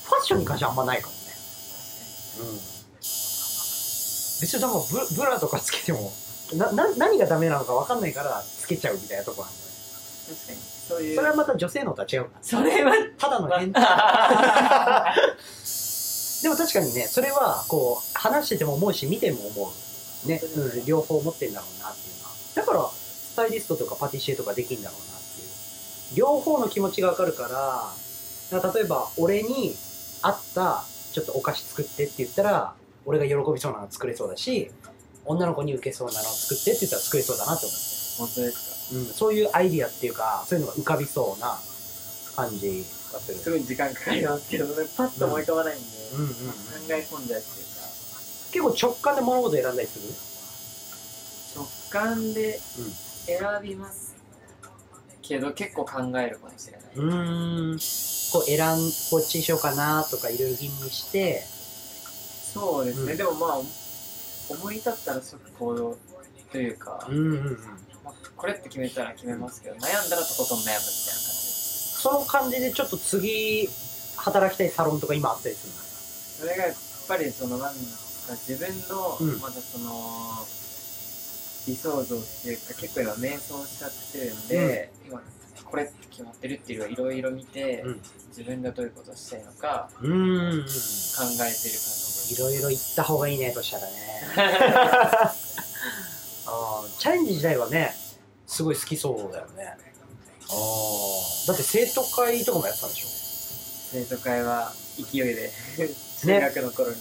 Speaker 1: ファッションに関してはあんまないかもねうん別にだからブブラとかつけてもなな何がダメなのか分かんないからつけちゃうみたいなとこあるんだよね
Speaker 2: 確かにそうい
Speaker 1: それは
Speaker 2: う。
Speaker 1: また女性のとは違うか
Speaker 2: それは。
Speaker 1: ただの変態 <laughs> でも確かにねそれはこう話してても思うし見ても思うね、うん、両方持ってんだろうなっていうのはだからスタイリストとかパティシエとかできんだろうなっていう両方の気持ちがわかるからだから例えば俺に合ったちょっとお菓子作ってって言ったら俺が喜びそうなの作れそうだし女の子に受けそうなの作ってって言ったら作れそうだなと思う
Speaker 2: 本当です
Speaker 1: うん、そういうアイディアっていうかそういうのが浮かびそうな感じがす
Speaker 2: か。
Speaker 1: る、
Speaker 2: すごい時間かかりますけど、ね、パッと思い浮かばないんで、
Speaker 1: うんうんうん、
Speaker 2: 考え込んじゃうっていうか。
Speaker 1: 結構直感で物事選んだりする
Speaker 2: 直感で
Speaker 1: うん
Speaker 2: 選びます。けど結構考えるかもしれない。
Speaker 1: うーんこう選んこっちにしようかなとかいろいろ吟味して
Speaker 2: そうですね。
Speaker 1: うん
Speaker 2: でもまあ思い立ったら即行動というか。
Speaker 1: んうんうん
Speaker 2: まあこれって決めたら決めますけど悩んだらとことん悩むみたいな感じ
Speaker 1: その感じでちょっと次働きたいサロンとか今あったりする
Speaker 2: それがやっぱりそのなんか自分の
Speaker 1: うん
Speaker 2: まだその理想像っていうか結構今瞑想しちゃってるんで、今これって決まってるっていうよりはいろいろ見て、
Speaker 1: うん
Speaker 2: 自分がどういうことをしたいのか
Speaker 1: のうんうん
Speaker 2: 考えてる感じ
Speaker 1: いろいろ行った方がいいねとしたらね <laughs> あーチャレンジ自体はねすごい好きそうだよねあーだって生徒会とかもやってたんでしょ
Speaker 2: です生徒会は勢いで中学の頃に、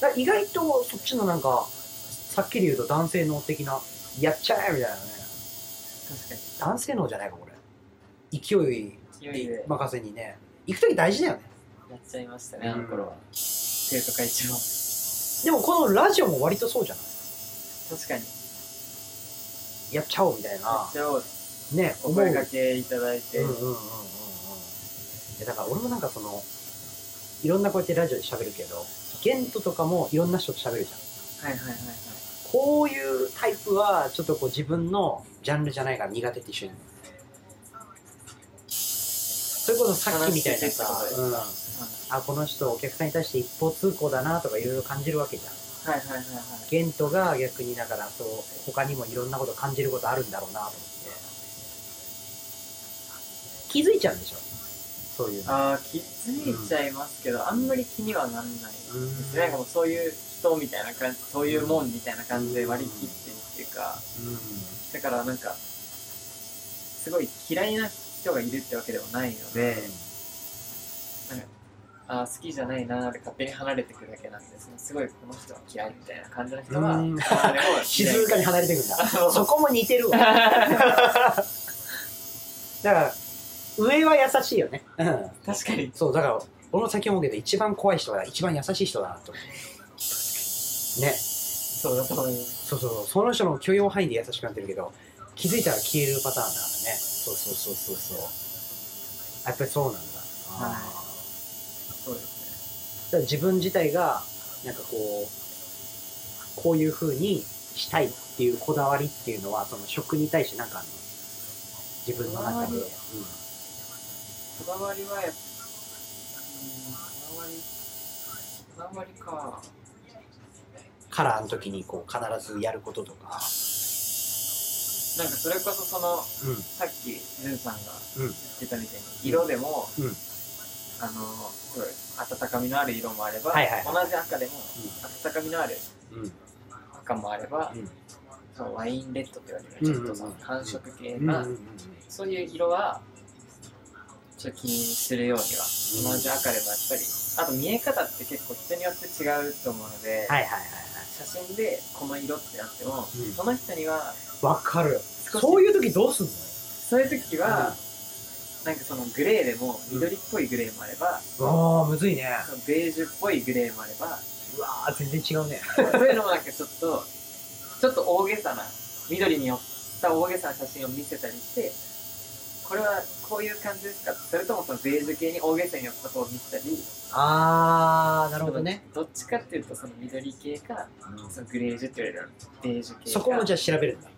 Speaker 1: だから意外とそっちのなんかさっきで言うと男性能的なやっちゃえみたいなね
Speaker 2: 確か
Speaker 1: 男性能じゃないかこれ勢い
Speaker 2: に勢いで
Speaker 1: 任せにね行く時大事だよね
Speaker 2: やっちゃいましたねあの頃は、生徒会長
Speaker 1: でもこのラジオも割とそうじゃない
Speaker 2: 確かに
Speaker 1: やっちゃおうみたいな
Speaker 2: 一応
Speaker 1: ね
Speaker 2: お
Speaker 1: 思う
Speaker 2: 声掛けいただいて、
Speaker 1: うんうんうんうんうんいやだから俺もなんかそのいろんなこうやってラジオで喋るけどゲントとかもいろんな人と喋るじゃん
Speaker 2: はいはいはいはい。
Speaker 1: こういうタイプはちょっとこう自分のジャンルじゃないから苦手って一緒にそれこそさっきみたいなさ
Speaker 2: 話しててってこ、と
Speaker 1: うんあこの人お客さんに対して一方通行だなとかいろいろ感じるわけじゃん
Speaker 2: はいはいはいはい。
Speaker 1: ゲントが逆にだからそう他にもいろんなこと感じることあるんだろうなと思って気づいちゃうんでしょそういうの
Speaker 2: ああ、気づいちゃいますけど、あんまり気にはなんないです
Speaker 1: うん
Speaker 2: ね。なんかもうそういう人みたいな感じ、そういうもんみたいな感じで割り切ってるっていうか、だからなんか、すごい嫌いな人がいるってわけでもないの
Speaker 1: うん
Speaker 2: で、ああ、好きじゃないなーって勝手に離れてくるだけなんですね。すごいこの人は嫌いみたいな感じの人は、
Speaker 1: うん
Speaker 2: あでも
Speaker 1: <laughs>
Speaker 2: 嫌い <laughs>
Speaker 1: 静かに離れてくんだ
Speaker 2: あの
Speaker 1: そこも似てるわだから上は優しいよね、うん、
Speaker 2: 確かに。
Speaker 1: そうだから俺の先を向けて一番怖い人は一番優しい人だなと思うね
Speaker 2: そうだと思います。
Speaker 1: そうそうそうその人の許容範囲で優しくなってるけど気づいたら消えるパターンだからねそうそうそうそうそうやっぱりそうなんだ
Speaker 2: はい
Speaker 1: あ
Speaker 2: そうですね。
Speaker 1: ーだから自分自体がなんかこうこういう風にしたいっていうこだわりっていうのはその食に対してなんかあるの自分の中で、
Speaker 2: こだわり
Speaker 1: うん、
Speaker 2: こだわりはやっぱうんこだわりこだわりか
Speaker 1: カラーの時にこう必ずやることとか、
Speaker 2: なんかそれこそその
Speaker 1: うん、
Speaker 2: さっきじゅんさんが
Speaker 1: う
Speaker 2: 言
Speaker 1: ん
Speaker 2: ってたみたいに、色でも、
Speaker 1: うん
Speaker 2: あのすごい温かみのある色もあれば、
Speaker 1: はいはい
Speaker 2: 同じ赤でも温かみのある
Speaker 1: うん、
Speaker 2: 赤もあれば、
Speaker 1: うん
Speaker 2: そのワインレッドって言われる、
Speaker 1: うん
Speaker 2: ちょっとその寒色系
Speaker 1: うん、
Speaker 2: な、
Speaker 1: うん、
Speaker 2: そういう色はちょっと気にするように
Speaker 1: う
Speaker 2: は
Speaker 1: ん
Speaker 2: 同じ赤でもやっぱりあと見え方って結構人によって違うと思うので、
Speaker 1: はいはいはいは
Speaker 2: 写真でこの色ってなっても、
Speaker 1: うん。
Speaker 2: その人にはい
Speaker 1: わかる。
Speaker 2: 少し
Speaker 1: そういう時どうすんの？
Speaker 2: そういう時は、なんかそのグレーでも緑っぽいグレーもあれば、
Speaker 1: ああ、むずいね。
Speaker 2: そのベージュっぽいグレーもあれ
Speaker 1: <laughs>
Speaker 2: ば、
Speaker 1: うわー、全然違うね。
Speaker 2: そういうのもなんかちょっと、ちょっと大げさな、緑に寄った大げさな写真を見せたりして、これはこういう感じですかそれともそのベージュ系に大げさに寄った方を見せたり、
Speaker 1: ああ、なるほどね。
Speaker 2: どっちかっていうとその緑系か、そのグレージュって言われるベージュ系か。
Speaker 1: そこもじ
Speaker 2: ゃ
Speaker 1: ゃあ調べるんだ。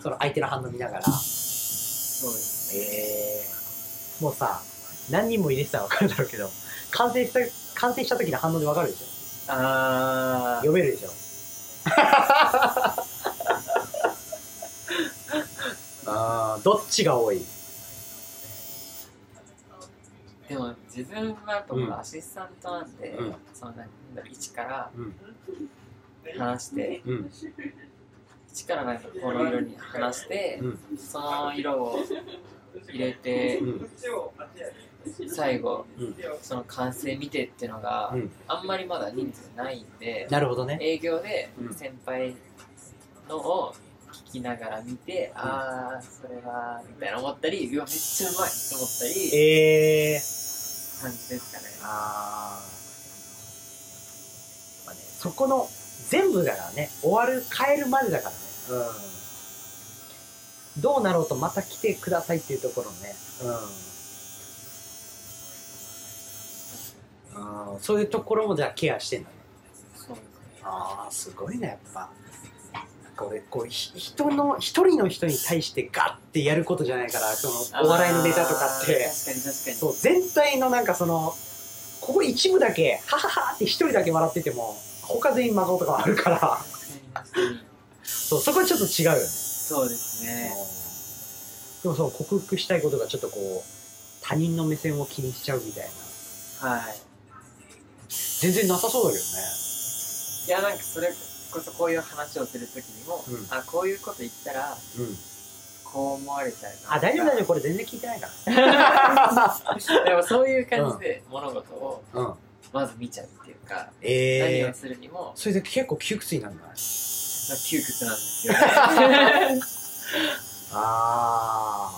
Speaker 1: その相手の反応見ながら。
Speaker 2: そうです。
Speaker 1: えー、もうさ、何人も入れてたら分かるだろうけど、完成した、完成した時の反応で分かるでしょ。
Speaker 2: あー、
Speaker 1: 読めるでしょ。 <laughs> あーどっちが多い
Speaker 2: でも自分はやっぱこのアシスタントなんで、
Speaker 1: うん
Speaker 2: そのなんだろう、一から
Speaker 1: うん。
Speaker 2: 話して、
Speaker 1: うん。
Speaker 2: 一からなんかこの色に話して、
Speaker 1: うん。
Speaker 2: その色を入れて
Speaker 1: うん。
Speaker 2: 最後
Speaker 1: うん。
Speaker 2: その完成見てっていうのが
Speaker 1: うん。
Speaker 2: あんまりまだ人数ないんで
Speaker 1: なるほどね。
Speaker 2: 営業で
Speaker 1: うん
Speaker 2: 先輩のを聞きながら見て
Speaker 1: ん
Speaker 2: ああそれはみたいな思ったりうわめっちゃうまいと思ったり
Speaker 1: えー。
Speaker 2: 感じですかね
Speaker 1: あーまあね、そこの全部だからね終わる変えるまでだからね、うん、どうなろうとまた来てくださいっていうところね、うん、そういうところもじゃあケアしてんだね
Speaker 2: そうですね
Speaker 1: ああすごいなやっぱなんか俺こうひ人の一人の人に対してガッてやることじゃないからそのお笑いのネタとかって
Speaker 2: あー確かに確かに
Speaker 1: そう全体のなんかそのここ一部だけハハハって一人だけ笑ってても他全員真顔とかあるから
Speaker 2: 確かに確かに
Speaker 1: そうそこはちょっと違うよね、
Speaker 2: そうですね
Speaker 1: でもそう克服したいことがちょっとこう他人の目線を気にしちゃうみたいな
Speaker 2: はい
Speaker 1: 全然なさそうだけどね
Speaker 2: いやなんかそれこそこういう話をするときにも、
Speaker 1: うん
Speaker 2: あこういうこと言った
Speaker 1: う
Speaker 2: ら
Speaker 1: ん、
Speaker 2: こう思われちゃうな
Speaker 1: あ大丈夫大丈夫これ全然聞いてないか
Speaker 2: 夫でもそういう感じで物事を
Speaker 1: らうん
Speaker 2: まず見ちゃうっていうか、
Speaker 1: え
Speaker 2: 何
Speaker 1: ー
Speaker 2: を、するにも
Speaker 1: それで結構窮屈になるんだ
Speaker 2: 窮屈なんですよ
Speaker 1: <laughs>
Speaker 2: ね
Speaker 1: あ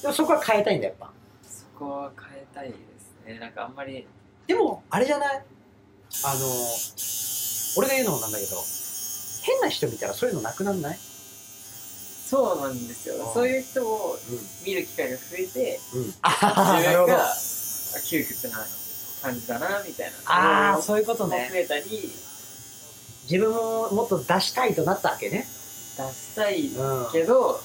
Speaker 1: ーでもそこは変えたいんだやっぱ
Speaker 2: そこは変えたいですねなんかあんまり
Speaker 1: でも、あれじゃないあの、俺が言うのもなんだけど、変な人見たらそういうのなくなんない
Speaker 2: そうなんですよ
Speaker 1: あー
Speaker 2: そういう人を
Speaker 1: う
Speaker 2: 見る機会が増えて
Speaker 1: ん。うん。あはは
Speaker 2: 自分が
Speaker 1: あ
Speaker 2: あ窮屈な感じだなみたいな
Speaker 1: あー、
Speaker 2: そ
Speaker 1: そういうこと
Speaker 2: ういうのも
Speaker 1: ね。
Speaker 2: 増えたり
Speaker 1: 自分ももっと出したいとなったわけね。
Speaker 2: 出したい
Speaker 1: うん。
Speaker 2: けど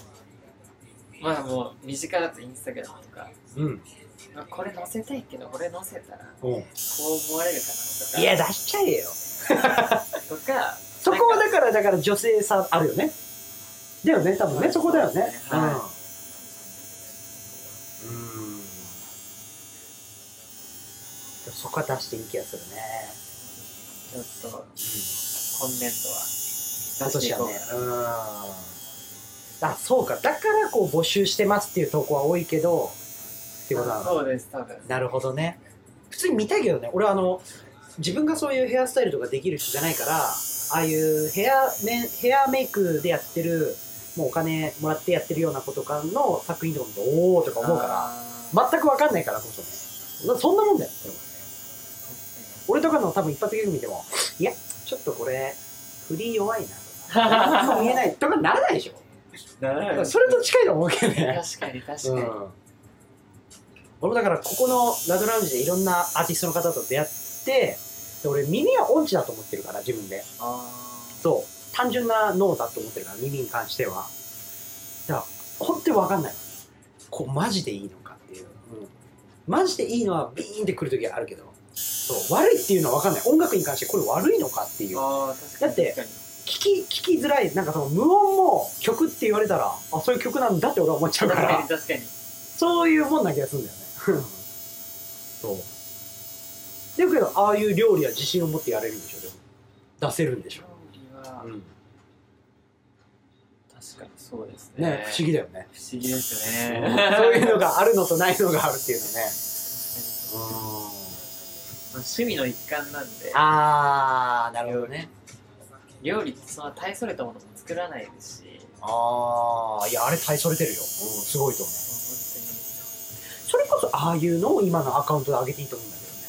Speaker 2: まあもう身近だとインスタグラムとか
Speaker 1: うん。
Speaker 2: まあこれ載せたいけどこれ載せたらこ
Speaker 1: うん。
Speaker 2: う思われるかなとか
Speaker 1: いや、出しちゃえよ。
Speaker 2: とか
Speaker 1: そこはだから、だから女性さあるよね。だよね、多分
Speaker 2: は
Speaker 1: ね、
Speaker 2: い
Speaker 1: そこだよね。
Speaker 2: そうですね
Speaker 1: うん。うん。そこは出していい気がするね。
Speaker 2: ちょっと
Speaker 1: うん。
Speaker 2: 今年度は
Speaker 1: 今
Speaker 2: 出して
Speaker 1: 年
Speaker 2: いこ
Speaker 1: は
Speaker 2: う
Speaker 1: ね。うん。あ、そうか。だからこう募集してますっていう投稿は多いけど、ってことなの。
Speaker 2: そうです多分
Speaker 1: なるほどね。普通に見たいけどね。俺はあの、自分がそういうヘアスタイルとかできる人じゃないから、ああいうヘアメンヘアメイクでやってる、もうお金もらってやってるような子とかの作品とか見て、おーとか思うから、
Speaker 2: あー
Speaker 1: 全くわかんないからこそね。だそんなもんだよ。でも俺とかの多分一発ギャグ見ても、いや、ちょっとこれ、振り弱いな <laughs> とか、なんか見えないとかならないでしょ。
Speaker 2: なるほど
Speaker 1: それと近いと思うけどね。
Speaker 2: 確かに確
Speaker 1: う
Speaker 2: かに、
Speaker 1: ん。俺もだから、ここのラドラウンジでいろんなアーティストの方と出会って、で俺、耳は音痴だと思ってるから、自分で。
Speaker 2: あ
Speaker 1: そう。単純な脳だと思ってるから、耳に関しては。だから、本当にわかんない。こうマジでいいのかっていう、うんマジでいいのはビーンってくる時があるけどそう悪いっていうのは分かんない音楽に関してこれ悪いのかっていう
Speaker 2: ああ確
Speaker 1: だ
Speaker 2: かに
Speaker 1: って
Speaker 2: 確かに
Speaker 1: 聞き聞きづらいなんかその無音も曲って言われたらあそういう曲なんだって俺は思っちゃうか
Speaker 2: 確か
Speaker 1: <laughs>
Speaker 2: らに確かに
Speaker 1: そういうもんな気がするんだよねそうでもけどああいう料理は自信を持ってやれるんでしょでも出せるんでしょ、
Speaker 2: は
Speaker 1: うん
Speaker 2: 確かにそうですね
Speaker 1: ね不思議だよね
Speaker 2: 不思議です
Speaker 1: そう
Speaker 2: ね
Speaker 1: いうのがあるのとないのがあるっていうのね
Speaker 2: 趣味の一環なんで
Speaker 1: あーなるほどね
Speaker 2: 料理ってそんな大それたものも作らないですし
Speaker 1: ああいやあれ大それてるよ、うん、すごいと思う
Speaker 2: 本
Speaker 1: それこそああいうのを今のアカウントで上げていいと思うんだけどね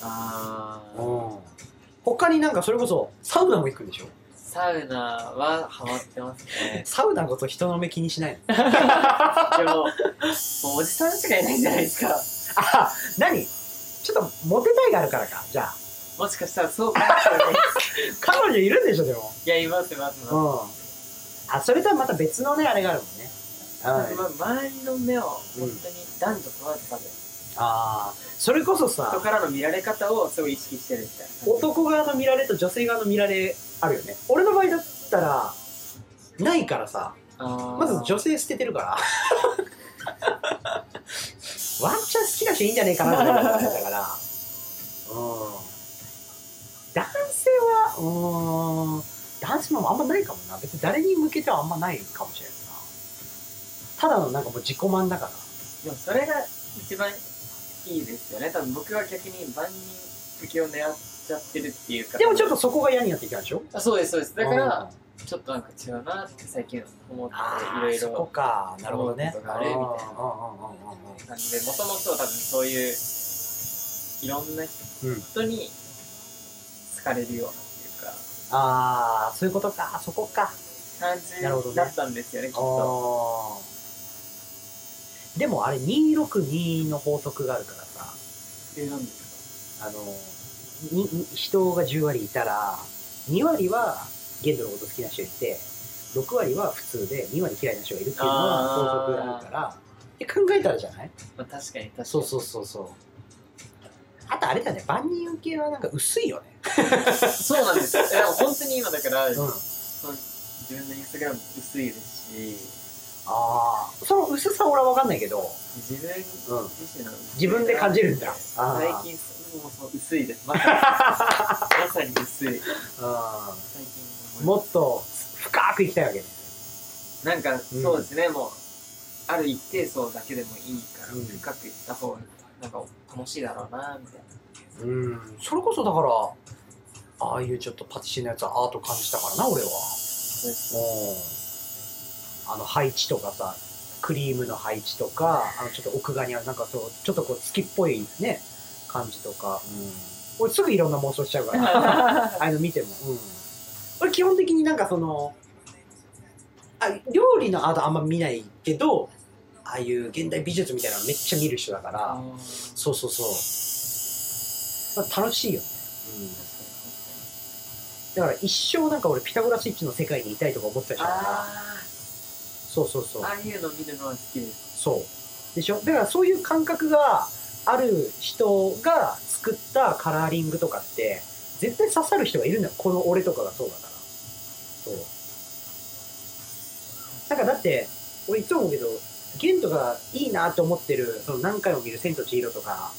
Speaker 2: 当にあー
Speaker 1: うん他になんかそれこそサウナも行くんでしょ
Speaker 2: サウナはハマってますね
Speaker 1: サウナごと人の目気にしないの
Speaker 2: で
Speaker 1: <laughs>
Speaker 2: ももうおじさんしかいないんじゃないですか
Speaker 1: あ何ちょっとモテたいがあるからかじゃあ
Speaker 2: もしかしたらそうかもしれない
Speaker 1: <laughs> 彼女いるんでしょでも
Speaker 2: いやいますいますいます
Speaker 1: うんあそれとはまた別のねあれがあるもんねうん
Speaker 2: ま周りの目を本当に男女問わず多分
Speaker 1: ああそれこそ
Speaker 2: 人
Speaker 1: さ
Speaker 2: からの見られ方をすごい意識してるみたいな
Speaker 1: 男側の見られと女性側の見られあるよね俺の場合だったらないからさま
Speaker 2: ま
Speaker 1: ず女性捨ててるからワンチャン好きな人いいんじゃねえかなって思ってたからうん男性はうーん男性もあんまないかもな別に誰に向けてはあんまないかもしれないなただのなんかもう自己満だから
Speaker 2: でもそれが一番いいですよね多分僕は逆に万人受けを狙っちゃってるっていうか
Speaker 1: でもちょっとそこが嫌になってきたでしょ
Speaker 2: あそうですそうですだから
Speaker 1: うん
Speaker 2: ちょっとなんか違うなって最近思って
Speaker 1: あ
Speaker 2: い
Speaker 1: ー
Speaker 2: ろい
Speaker 1: そこ
Speaker 2: ろ
Speaker 1: かなるほどね
Speaker 2: そういうことがあるみたい
Speaker 1: うん
Speaker 2: な
Speaker 1: うんうんうんうん
Speaker 2: なんでもともとは多分そういういろんな人に好かれるようなっていうか
Speaker 1: ああそういうことかそこか
Speaker 2: 感
Speaker 1: なるほどね
Speaker 2: じだったんですよねきっと
Speaker 1: あーでもあれ262の法則があるからさ
Speaker 2: えなんです
Speaker 1: あのにに人が10割いたら2割は限度のこと好きな人いて6割は普通で2割嫌いな人がいるっていうのは
Speaker 2: あー
Speaker 1: 法則があるからで考えたらじゃない
Speaker 2: か、まあ、確かに確かに
Speaker 1: そうそうそうそうあとあれだね万人受けはなんか薄いよね、
Speaker 2: そうな
Speaker 1: <laughs>
Speaker 2: んですよいや本当に今だから、
Speaker 1: うん、あ
Speaker 2: その自分のインスタグラム薄いですし
Speaker 1: あーその薄さは俺は分かんないけど、
Speaker 2: 自分
Speaker 1: うん、
Speaker 2: 自身の薄い
Speaker 1: 自分で感じるんだあ
Speaker 2: 最
Speaker 1: ー
Speaker 2: 近もうそう薄いですま
Speaker 1: <laughs>
Speaker 2: さにまさに薄い
Speaker 1: あ
Speaker 2: 最近
Speaker 1: ーもっと深くいきたいわけね
Speaker 2: なんかそうですね、もうある一定層だけでもいいから、
Speaker 1: うん
Speaker 2: 深くいった方がなんか楽しいだろうなみたい
Speaker 1: うんそれこそだからああいうちょっとパティシエのやつはアート感じたからな俺は
Speaker 2: な
Speaker 1: うんあの配置とかさクリームの配置とかあのちょっと奥側にあるなんかそうちょっとこう月っぽいね感じとか、うん、俺すぐいろんな妄想しちゃうから <laughs> ああいうの見ても、うん、俺基本的になんかそのあ料理のアートあんま見ないけどああいう現代美術みたいなのめっちゃ見る人だから、
Speaker 2: あー
Speaker 1: そうそうそう、まあ、楽しいよね、だから一生なんか俺ピタゴラスイッチの世界にいたいとか思ってたりしたから
Speaker 2: あ
Speaker 1: そうそうそ
Speaker 2: ー
Speaker 1: う
Speaker 2: ああいうの見るのは好きです
Speaker 1: そうでしょだからそういう感覚がある人が作ったカラーリングとかって絶対刺さる人がいるんだよこの俺とかがそうだからそうなんかだって俺いつも思うけど玄とかいいなって思ってるその何回も見る「千と千尋」とか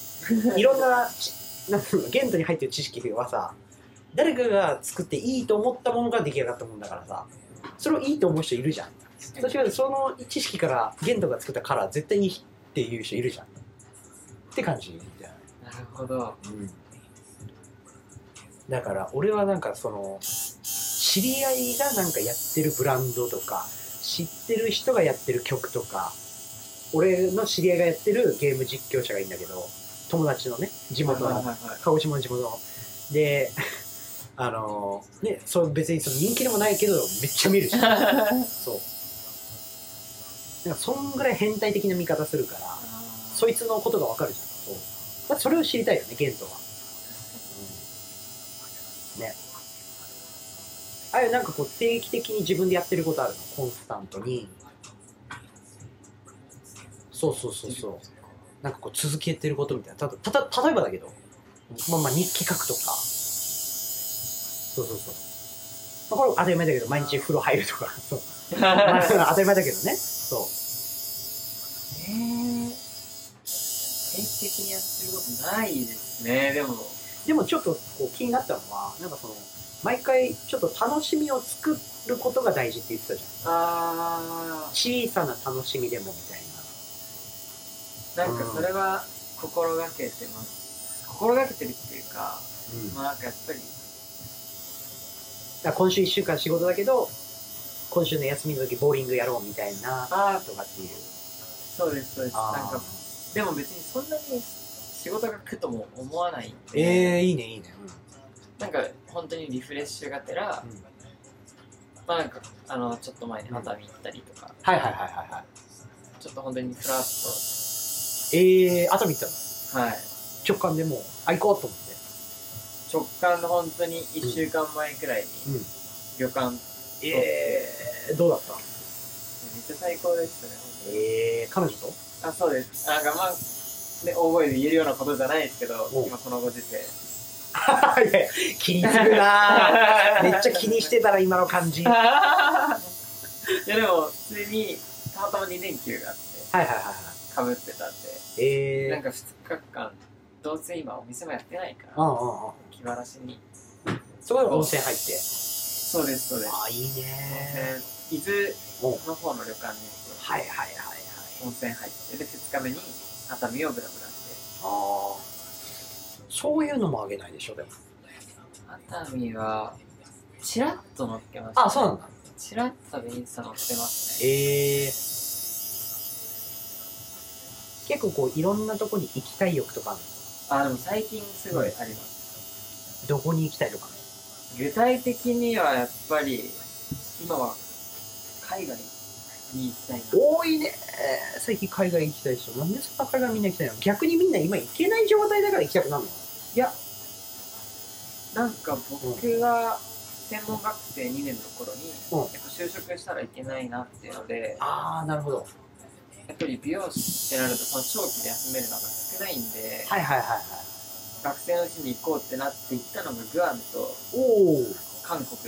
Speaker 1: いろんなちなんていうの限度に入ってる知識はさ誰かが作っていいと思ったものが出来上がったものだからさそれをいいと思う人いるじゃん私はその知識から限度が作ったカラー絶対にいいっていう人いるじゃんって感じみたいな、
Speaker 2: なるほど
Speaker 1: だから俺はなんかその知り合いがなんかやってるブランドとか知ってる人がやってる曲とか俺の知り合いがやってるゲーム実況者がいいんだけど友達のね地元の
Speaker 2: はいはいはい
Speaker 1: 鹿児島の地元ので <laughs> あのねそう別にその人気でもないけどめっちゃ見るしそうなんかそんぐらい変態的な見方するから
Speaker 2: あー
Speaker 1: そいつのことがわかるじゃんそうだからそれを知りたいよねゲントは、ねあれなんかこう定期的に自分でやってることあるのコンスタントにそうそうそうそうなんかこう続けてることみたいなただただ例えばだけど、まあ、まあ日記書くとかそうそうそう、まあ、これ当たり前だけど毎日風呂入るとか <laughs> そう、 <laughs> まあ、当たり前だけどねそ
Speaker 2: えー、定期的にやってることないですねでも
Speaker 1: うでもちょっとこう気になったのはなんかその毎回ちょっと楽しみを作ることが大事って言ってたじゃん
Speaker 2: あ
Speaker 1: 小さな楽しみでもみたいな
Speaker 2: ーなんかそれは心がけてます心がけてるっていうかまあなんかやっぱり
Speaker 1: だから今週1週間仕事だけど今週の休みの時ボーリングやろうみたいな
Speaker 2: ああ
Speaker 1: とかっていう
Speaker 2: そうですそうです
Speaker 1: あー
Speaker 2: なんかでも別にそんなに仕事が苦とも思わないんで、
Speaker 1: えー、いいねいいね、
Speaker 2: なんか本当にリフレッシュがてら
Speaker 1: うん
Speaker 2: まあなんかあのちょっと前に熱海行ったりとか、
Speaker 1: はいはいはいはいは
Speaker 2: ちょっと本当にフラッ
Speaker 1: いえー、熱海行ったの
Speaker 2: とはい
Speaker 1: 直感でもうあ行こうと思って
Speaker 2: 直感の本当に1週間前くらいに
Speaker 1: うん
Speaker 2: 旅館、めっ
Speaker 1: えー、どうだった
Speaker 2: ちゃ最高でしたね
Speaker 1: えー、彼女と
Speaker 2: あそうですなんかまあね大声で言えるようなことじゃないですけど
Speaker 1: お
Speaker 2: 今このご時世
Speaker 1: いやいや気にするな <laughs> ーめっちゃ気にしてたら今の感じはい
Speaker 2: <laughs> いやでも普通にたまたま2連休があって
Speaker 1: はいはいは
Speaker 2: かぶってたん
Speaker 1: いえ
Speaker 2: で
Speaker 1: ー、
Speaker 2: なんか2日間どうせ今お店もやってないか
Speaker 1: う
Speaker 2: ら
Speaker 1: んうんうん
Speaker 2: 気晴らしに
Speaker 1: そこで温泉入って
Speaker 2: そうですそうです
Speaker 1: あーいいね
Speaker 2: 温泉伊豆の方の旅館に
Speaker 1: ー
Speaker 2: 行って
Speaker 1: はいはいはいはい
Speaker 2: 温泉入ってで2日目に熱海をブラブラして
Speaker 1: ああそういうのもあげないでしょでも
Speaker 2: 熱海はチラッと乗っけました、
Speaker 1: あそうなんだ
Speaker 2: チラッとでインスタ乗ってますね
Speaker 1: ええ結構こういろんなとこに行きたい欲とかある
Speaker 2: あでも最近すごいあります
Speaker 1: どこに行きたいとか
Speaker 2: 具体的にはやっぱり今は海外に行きたいな
Speaker 1: 多いね最近海外行きたい人なんでそんな海外みんな行きたいの逆にみんな今行けない状態だから行きたくなるの
Speaker 2: いやなんか僕が専門学生2年の頃に、
Speaker 1: うん
Speaker 2: やっぱ就職したらいけないなっていうので
Speaker 1: ああなるほど
Speaker 2: やっぱり美容師ってなるとその長期で休めるのが少ないんで、
Speaker 1: はいはいはいはい
Speaker 2: 学生のうちに行こうってなって行ったのがグアムと
Speaker 1: おお
Speaker 2: 韓国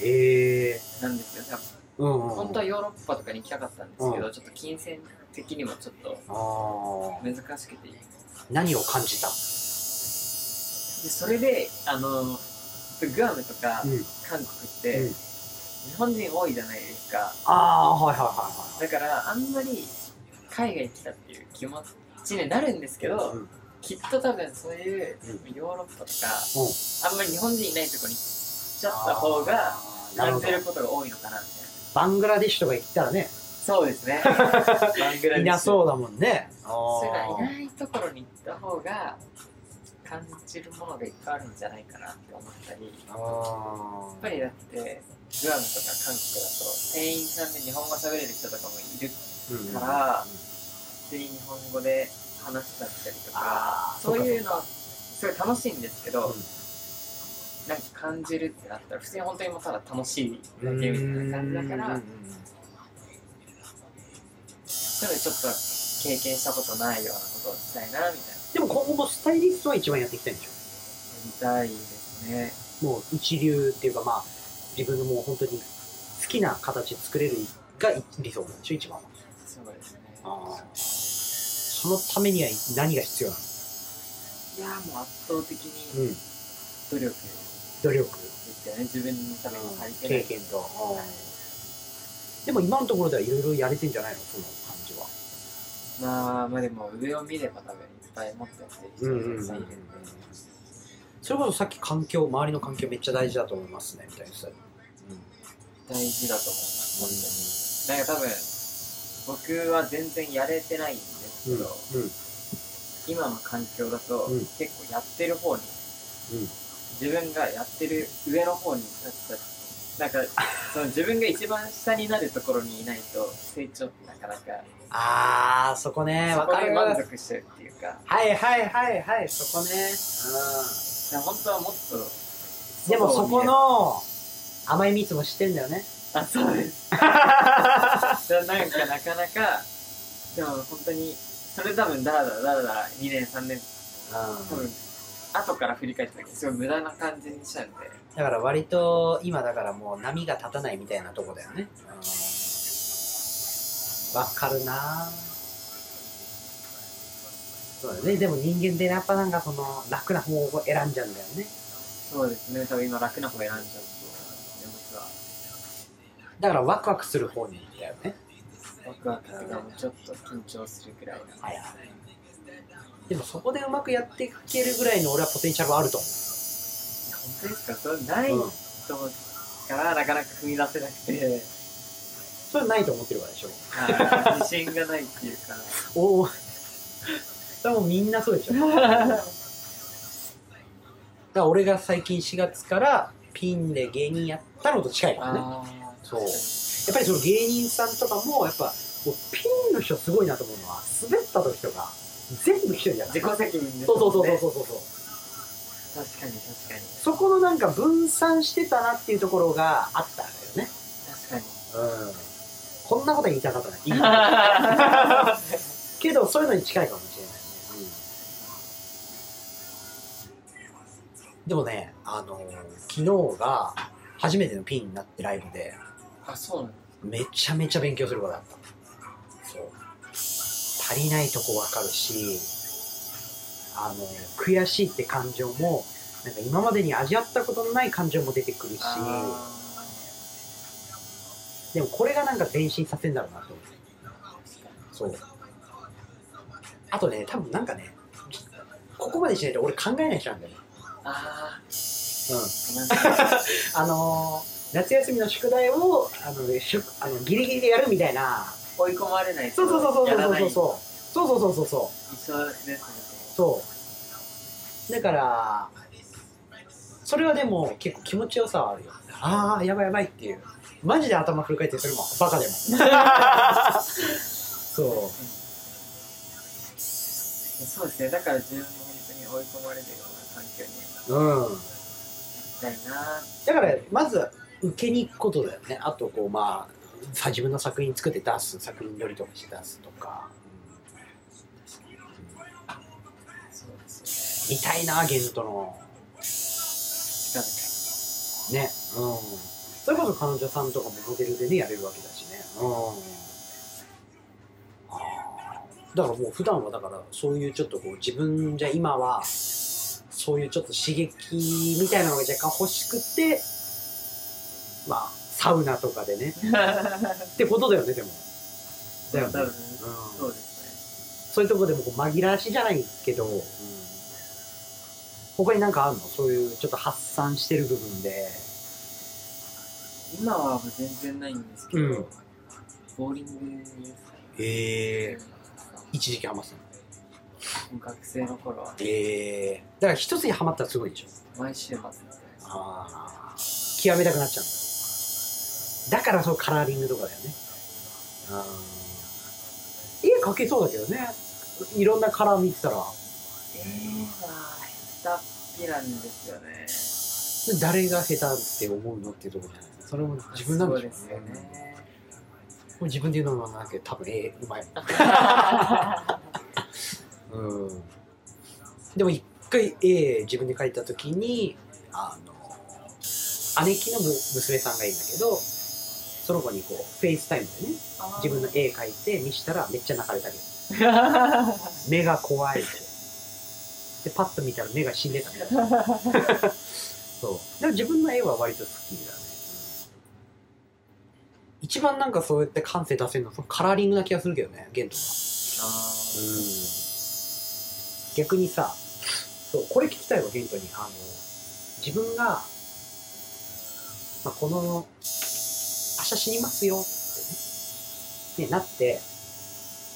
Speaker 1: ええ
Speaker 2: なんですよ多分
Speaker 1: うんうん
Speaker 2: 本当はヨーロッパとかに行きたかったんですけど、
Speaker 1: う
Speaker 2: ちょっと金銭的にもちょっと
Speaker 1: ああ
Speaker 2: 難しくてで
Speaker 1: 何を感じた
Speaker 2: それであのグアムとか
Speaker 1: うん
Speaker 2: 韓国って、
Speaker 1: うん
Speaker 2: 日本人多いじゃないですか
Speaker 1: ああはいはいはいはい
Speaker 2: だからあんまり海外来たっていう気持ちになるんですけど、
Speaker 1: うん
Speaker 2: きっと多分そうい
Speaker 1: う
Speaker 2: うヨーロッ
Speaker 1: う
Speaker 2: パとか、
Speaker 1: ん
Speaker 2: あんまり日本人いないとこに行っちゃった方が
Speaker 1: あーなるほ
Speaker 2: 感じ
Speaker 1: ど
Speaker 2: ることが多いのかなみたいな。
Speaker 1: バングラデシュとか行ったらね
Speaker 2: そうですね。 <laughs> バングラデシュ
Speaker 1: いなそうだもんねあ
Speaker 2: それ
Speaker 1: ー
Speaker 2: がいないところに行った方が感じるものがいっぱいあるんじゃないかなって思ったり、やっ
Speaker 1: あ
Speaker 2: ぱりだってグアムとか韓国だと店員さんで日本語喋れる人とかもいる
Speaker 1: ー
Speaker 2: から普通に日本語で話しちゃったりと
Speaker 1: あ
Speaker 2: か、
Speaker 1: ー
Speaker 2: そういうのはすごい楽しいんですけ
Speaker 1: う
Speaker 2: ど
Speaker 1: ん、
Speaker 2: なんか感じるってなったら普通に本当にもうただ楽しいだ
Speaker 1: う
Speaker 2: け
Speaker 1: ん
Speaker 2: みたいな感じだから、
Speaker 1: うん
Speaker 2: そういうのちょっと経験したことないようなことをしたいなみたいな。
Speaker 1: でも今後もスタイリストは一番やっていきたいんでし
Speaker 2: みたいですね。
Speaker 1: ょもう一流っていうかまあ自分のもう本当に好きな形作れるが理想なんでしょ一番は
Speaker 2: そうですね。
Speaker 1: そのためには何が必要ない
Speaker 2: やーもう圧倒的
Speaker 1: の、
Speaker 2: に
Speaker 1: うん、
Speaker 2: 努力で
Speaker 1: 努力、
Speaker 2: すよね。自分のために足りてない。
Speaker 1: 経験と、でも今のところではいろいろやれてんじゃないのその感じは
Speaker 2: まあまあでも上を見れば多分いっぱい持ってやってる人がたくさんいるんで。
Speaker 1: それこそさっき環境周りの環境めっちゃ大事だと思いますねみたいな人
Speaker 2: 大事だと思います。本当に。なんか多分僕は全然やれてないんですけど、
Speaker 1: うんうん
Speaker 2: 今の環境だと
Speaker 1: うん
Speaker 2: 結構やってる方に、
Speaker 1: うん
Speaker 2: 自分がやってる上の方に立つなんかその自分が一番下になるところにいないと成長ってなかなか
Speaker 1: ああそこね
Speaker 2: そ
Speaker 1: わ
Speaker 2: こ
Speaker 1: か
Speaker 2: で
Speaker 1: る
Speaker 2: 満足しちゃうっていうか
Speaker 1: はいはいはいはいそこね
Speaker 2: いや本当はもっと
Speaker 1: でもそこ
Speaker 2: 外を
Speaker 1: の甘い蜜も知ってんだよね
Speaker 2: 見れあそうですだからなんかなかなかでも本当にそれ多分ダラダラダラダラ2年3年多分後から振り返った時すごい無駄な感じにしたんで
Speaker 1: だから割と今だからもう波が立たないみたいなとこだよねわかるなそうだねでも人間ってやっぱなんかその楽な方を選んじゃうんだよね
Speaker 2: そうですね多分今楽な方選んじゃうと思うんで僕は
Speaker 1: だからワクワクする方に行ったよね
Speaker 2: ワクワクとかもちょっと緊張するくらいな
Speaker 1: はいはいでもそこでうまくやっていけるぐらいの俺はポテンシャルはあると思
Speaker 2: 本当ですかそれないと
Speaker 1: う、うん、
Speaker 2: 思うからなかなか踏み出せなくて
Speaker 1: それはないと思ってるからでしょ
Speaker 2: はい自信がないっていう <laughs> か
Speaker 1: おお <laughs> それはもうみんなそうでしょだから俺が最近4月からピンで芸人やったのと近いからねやっ
Speaker 2: あー
Speaker 1: そうぱりその芸人さんとかもやっぱこうピンの人すごいなと思うのは滑った時とか全部一人じゃない
Speaker 2: 自己責任です
Speaker 1: そうそう
Speaker 2: も
Speaker 1: そ
Speaker 2: ん
Speaker 1: う
Speaker 2: ね
Speaker 1: そうそうそう
Speaker 2: 確かに確かに
Speaker 1: そこのなんか分散してたなっていうところがあったんだよね
Speaker 2: 確かに
Speaker 1: うんこんなことは言いたかったない言いた <laughs> かっ
Speaker 2: <laughs> あ
Speaker 1: たけどそういうのに近いかもしれないね、うん、でもねあの昨日が初めてのピンになってライブで、
Speaker 2: そうなんだ
Speaker 1: めちゃめちゃ勉強することだったそう足りないとこ分かるしあの悔しいって感情もなんか今までに味わったことのない感情も出てくるし
Speaker 2: あ
Speaker 1: でもこれがなんか前進させるんだろうなと思ってそうあとね多分なんかねここまでしないと俺考えない人なんだよね
Speaker 2: ーあ
Speaker 1: うん
Speaker 2: ーなんか
Speaker 1: あのー夏休みの宿題をあの、ね、しゅあのギリギリでやるみたいな
Speaker 2: 追い込まれない
Speaker 1: そうそうそうそう
Speaker 2: やらない
Speaker 1: そうそうそうそうそうそうそう
Speaker 2: 一緒ですね
Speaker 1: そうだからそれはでも結構気持ちよさはあるよああやばいやばいっていうマジで頭フル回転するもんバカでもそ
Speaker 2: そうですねだから自分も本当に追い込まれるよう
Speaker 1: う
Speaker 2: な環境に
Speaker 1: うん
Speaker 2: なりたいな
Speaker 1: だからまず受けに行くことだよねあとこうまあさ自分の作品作って出す作品撮りとかして出すとか
Speaker 2: そうです
Speaker 1: 見たいなゲントの
Speaker 2: よね近
Speaker 1: ねうんそれこそ彼女さんとかもモデルでねやれるわけだしねうんあーだからもう普段はだからそういうちょっとこう自分じゃ今はそういうちょっと刺激みたいなのが若干欲しくてまあサウナとかでね
Speaker 2: 々
Speaker 1: ってことだよねでもだよ
Speaker 2: 多
Speaker 1: ね、
Speaker 2: 分
Speaker 1: うん
Speaker 2: そうです
Speaker 1: そういうとこでもこう紛らわしじゃないけど、他になんかあるのそういうちょっと発散してる部分で
Speaker 2: ね今は全然ないんですけど、
Speaker 1: うん
Speaker 2: ボーリングにです
Speaker 1: え
Speaker 2: ね
Speaker 1: 一時期ハマってたの
Speaker 2: 学生の頃は
Speaker 1: ええだから一つにハマったらすごいでしょ
Speaker 2: 毎週末みたいな
Speaker 1: ああ極めたくなっちゃうんだだからそうカラーリングとかだよねあー絵描けそうだけどねいろんなカラー見てたら
Speaker 2: えー、まあ下手っぴなんですよね
Speaker 1: 誰が下手って思うのっていうところじゃないそれも自分なんでしょう
Speaker 2: そうですよね
Speaker 1: もう自分で言うのもなんだけど多分絵うまいうんでも一回絵自分で描いた時にあの姉貴のむ娘さんがいるんだけどその子にこうフェイスタイムでね自分の絵描いて見したらめっちゃ泣かれたけど目が怖いってでパッと見たら目が死んでたみたいなそうでも自分の絵は割と好きだね一番なんかそうやって感性出せるのはそのカラーリングな気がするけどね玄斗は逆にさそうこれ聞きたいわゲントにあの自分が、まあ、この明日死にますよってねねなって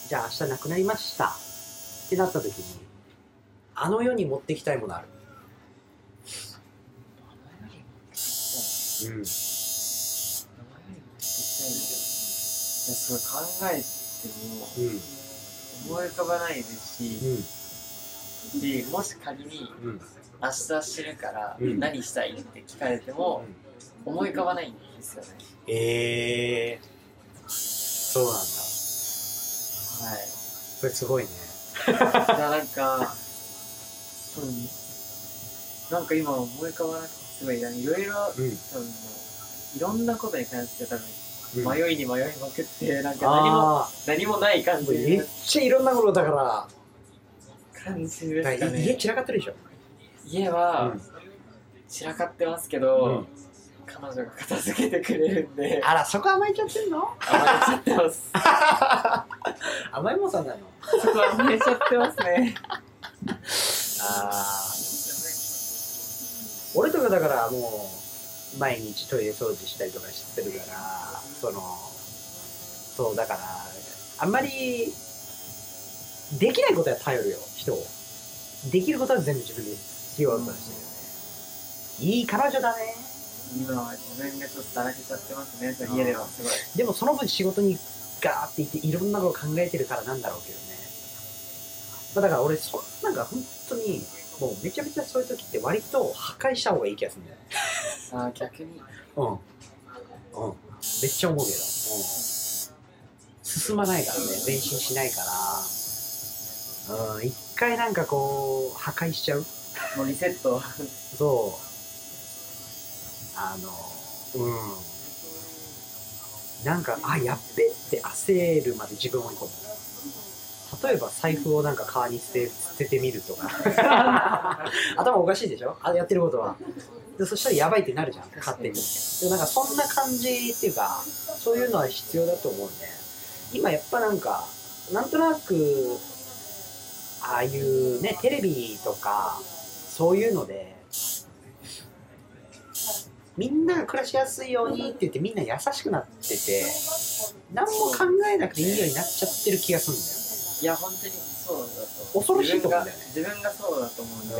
Speaker 1: じゃあ明日亡くなりましたってなった時にあの世に持ってきたいものある、うん、
Speaker 2: すごい考えて
Speaker 1: うん
Speaker 2: も思い浮かばないですし、
Speaker 1: うん
Speaker 2: でもし仮に
Speaker 1: うん
Speaker 2: 明日死ぬから
Speaker 1: うん
Speaker 2: 何したいって聞かれても思い浮かばないんですよね。
Speaker 1: ええそうなんだ
Speaker 2: はい
Speaker 1: それすごいね
Speaker 2: いやなんか、うん、なんか今思い浮かばなくてすごいいろい
Speaker 1: うん、
Speaker 2: ろ多分もういろんなことに関して多
Speaker 1: うん、
Speaker 2: 分迷いに迷いまくってなんか何も
Speaker 1: あ
Speaker 2: 何もない感
Speaker 1: ー
Speaker 2: じ
Speaker 1: もうめっちゃいろんなことだから
Speaker 2: 感じで
Speaker 1: だ
Speaker 2: す
Speaker 1: か
Speaker 2: から
Speaker 1: 家
Speaker 2: ね
Speaker 1: 散らかってるでしょ、
Speaker 2: 家
Speaker 1: う
Speaker 2: は
Speaker 1: ん
Speaker 2: 散らかってますけど、彼女が片付けてくれる
Speaker 1: <laughs>
Speaker 2: んで
Speaker 1: あらそこ甘えちゃってんの
Speaker 2: 甘えちゃってます
Speaker 1: 甘えもんさんなの
Speaker 2: そこは甘えちゃってますね
Speaker 1: あ俺とかだからもう毎日トイレ掃除したりとかしてるからそのそうだからあんまりできないことは頼るよ人をできることは全部自分で必要だとしてるよね、いい彼女だね
Speaker 2: 今は自分がちょっとだらけちゃってますね家ではすごい
Speaker 1: でもその分仕事にガーっていっていろんなことを考えてるからなんだろうけどね、まあ、だから俺そなんか本当にもうめちゃめちゃそういう時って割と破壊した方がいい気がするんだよね
Speaker 2: あー逆に
Speaker 1: うん。うん。めっちゃ思うけど。うん。進まないからね。前進しないから。うん。一回なんかこう、破壊しちゃう。
Speaker 2: もうリセット
Speaker 1: そう。あの、うん。なんか、あ、やっべって焦るまで自分を追い込む。例えば財布をなんか川に捨て捨ててみるとか <laughs> 頭おかしいでしょあやってることはでそしたらやばいってなるじゃん勝手にでもなんかそんな感じっていうかそういうのは必要だと思うんで今やっぱなんかなんとなくああいうねテレビとかそういうのでみんなが暮らしやすいようにって言ってみんな優しくなってて何も考えなくていいようになっちゃってる気がするんだよ
Speaker 2: いや本当にそうだと
Speaker 1: 恐ろしいと思うんだよね
Speaker 2: 自分が自分がそうだと思うんで、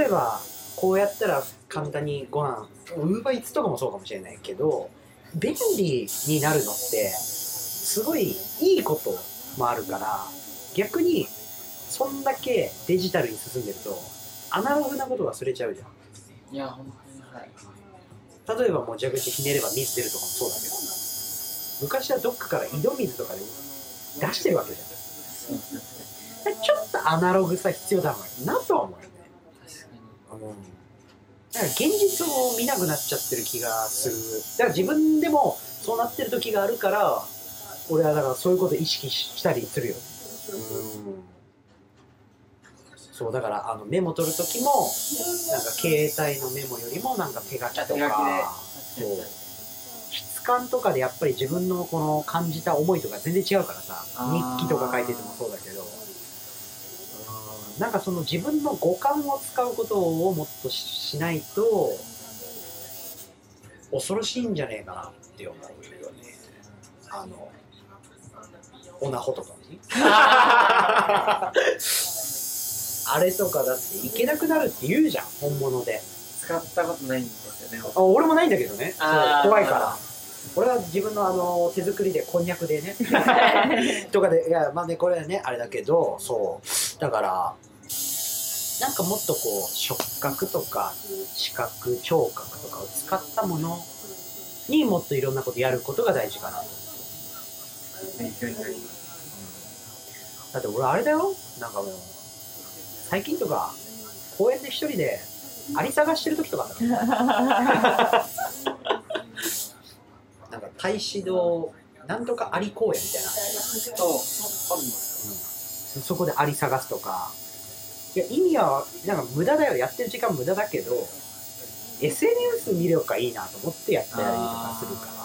Speaker 1: 例えばこうやったら簡単にご飯ウーバーイーツとかもそうかもしれないけど便利になるのってすごいいいこともあるから逆にそんだけデジタルに進んでるとアナログなこと忘れちゃうじゃ
Speaker 2: いや本当にはい
Speaker 1: ん例えばもう蛇口ひねれば水出るとかもそうだけど昔はどっかから井戸水とかで出してるわけじゃん
Speaker 2: そうですね
Speaker 1: ちょっとアナログさ必要だもんなとは思うよね
Speaker 2: 確かに
Speaker 1: うん、なんか現実を見なくなっちゃってる気がするだから自分でもそうなってる時があるから俺はだからそういうこと意識したりするよ、うん、そうだからあのメモ取る時もなんか携帯のメモよりもなんか手書き
Speaker 2: 手書き
Speaker 1: と
Speaker 2: で
Speaker 1: か
Speaker 2: 確かに
Speaker 1: 質感とかでやっぱり自分のこの感じた思いとか全然違うからさ
Speaker 2: あー
Speaker 1: 日記とか書いててもそうだけどうんなんかその自分の五感を使うことをもっとししないと恐ろしいんじゃねえかなって思うよねあのオナホ
Speaker 2: <laughs>
Speaker 1: とかにあれとかだっていけなくなるって言うじゃん本物で
Speaker 2: 使ったことないんですよね
Speaker 1: あ俺もないんだけどねそう
Speaker 2: あー
Speaker 1: 怖いから俺は自分のあの手作りでこんにゃく
Speaker 2: <laughs>
Speaker 1: でねとかでいやまあねこれはねあれだけどそうだからなんかもっとこう触覚とか視覚聴覚とかを使ったものにもっといろんなことやることが大事かなと
Speaker 2: 勉強になります
Speaker 1: だって俺あれだよなんかもう最近とか公園で一人でアリ探してる時とかあったからなんか大志堂なんとかアリ公園みたいな
Speaker 2: そうそうあるんです
Speaker 1: うん、そこでアリ探すとかいや意味はなんか無駄だよやってる時間無駄だけど SNS 見ればいいなと思ってやったりとかするから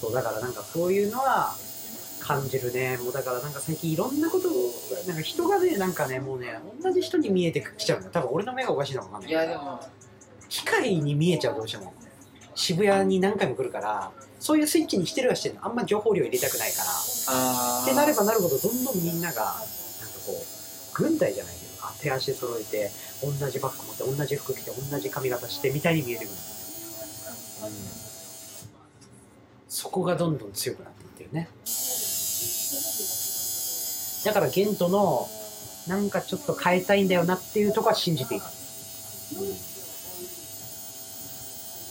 Speaker 1: そうだからなんかそういうのは感じるねもうだからなんか最近いろんなことをなんか人がねなんかねもうね同じ人に見えてきちゃうんだよ多分俺の目がおかしいのかわかんないけ
Speaker 2: い
Speaker 1: ど
Speaker 2: やでも
Speaker 1: 機械に見えちゃうどうしても渋谷に何回も来るからそういうスイッチにしてるはしてるのあんま情報量入れたくないから
Speaker 2: ああ
Speaker 1: ってなればなるほどどんどんみんながなんかこう軍隊じゃないけどあ手足揃えて同じバッグ持って同じ服着て同じ髪型してみたいに見えてくるんですよね、そこがどんどん強くなっていってるねだからゲントのなんかちょっと変えたいんだよなっていうとこは信じていく、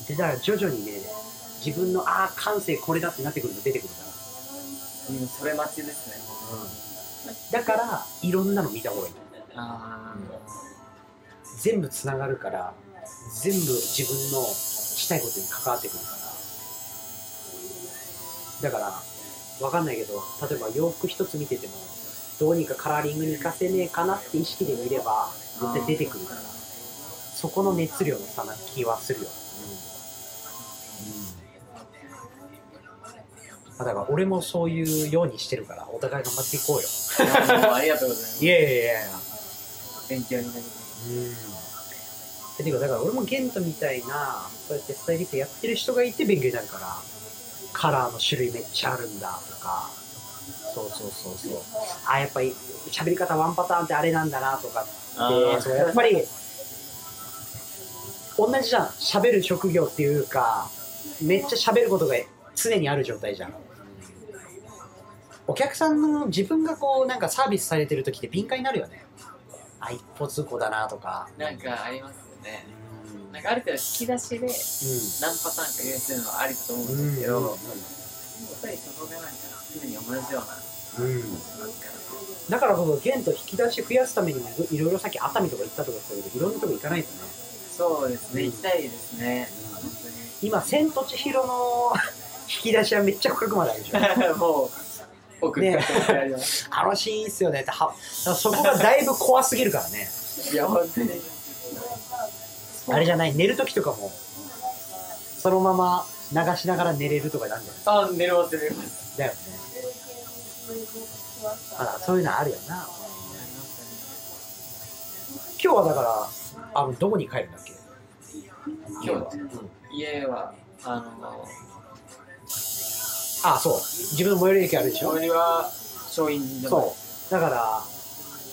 Speaker 1: でだから徐々にね自分のああ感性これだってなってくるの出てくるから
Speaker 2: うん、それ待ちですね。
Speaker 1: だからいろんなの見た方がいい
Speaker 2: あ
Speaker 1: 全部つながるから全部自分のしたいことに関わってくるからだからわかんないけど例えば洋服一つ見ててもどうにかカラーリングに行かせねえかなって意識で見れば絶対出てくるからそこの熱量の差な気はするよ、あだから俺もそういうようにしてるからお互い頑張っていこうよ
Speaker 2: あ。どうもありがとうございます。
Speaker 1: いやいやいやいや
Speaker 2: 勉強になります。
Speaker 1: うん。ていうか、だから俺もゲントみたいな、そうやってスタイリストやってる人がいて勉強になるから、カラーの種類めっちゃあるんだとか、そうそうそうそう。あ、やっぱり喋り方ワンパターンってあれなんだなとかって、そうやっぱり、同じじゃん。喋る職業っていうか、めっちゃ喋ることが常にある状態じゃん。お客さんの自分がこうなんかサービスされてる時って敏感になるよね。あ一歩通行だなとか、
Speaker 2: なんかありますよね。
Speaker 1: うん
Speaker 2: なんかある程度引き出しで何パターンか用意するのはありだと思うんですけど、やっぱりそこがなんか常に同じようなしますか
Speaker 1: だ
Speaker 2: ら。
Speaker 1: からこの弦と引き出し増やすためにもいろいろさっき熱海とか行ったとか言ってたけどいろんなとこ行かないとね
Speaker 2: そうですね、
Speaker 1: うん
Speaker 2: 行きたいですね。本
Speaker 1: 今「千と千尋」の <laughs> 引き出しはめっちゃ深くまであるでしょ
Speaker 2: 当に。 <laughs> もう、奥深くあります。
Speaker 1: あのシーンいいっすよねってはだからそこがだいぶ怖すぎるからね
Speaker 2: いや、本当に。
Speaker 1: あれじゃない寝る時とかもそのまま流しながら寝れるとかなんじゃない
Speaker 2: あ、寝るわって寝ます。
Speaker 1: だよねまだそういうのあるよな今日はだからあのどこに帰るんだっけ
Speaker 2: 今日は、家は、あの、
Speaker 1: あそう自分の最寄り駅あるでしょ
Speaker 2: 調理は松陰寺
Speaker 1: そ
Speaker 2: の
Speaker 1: うだから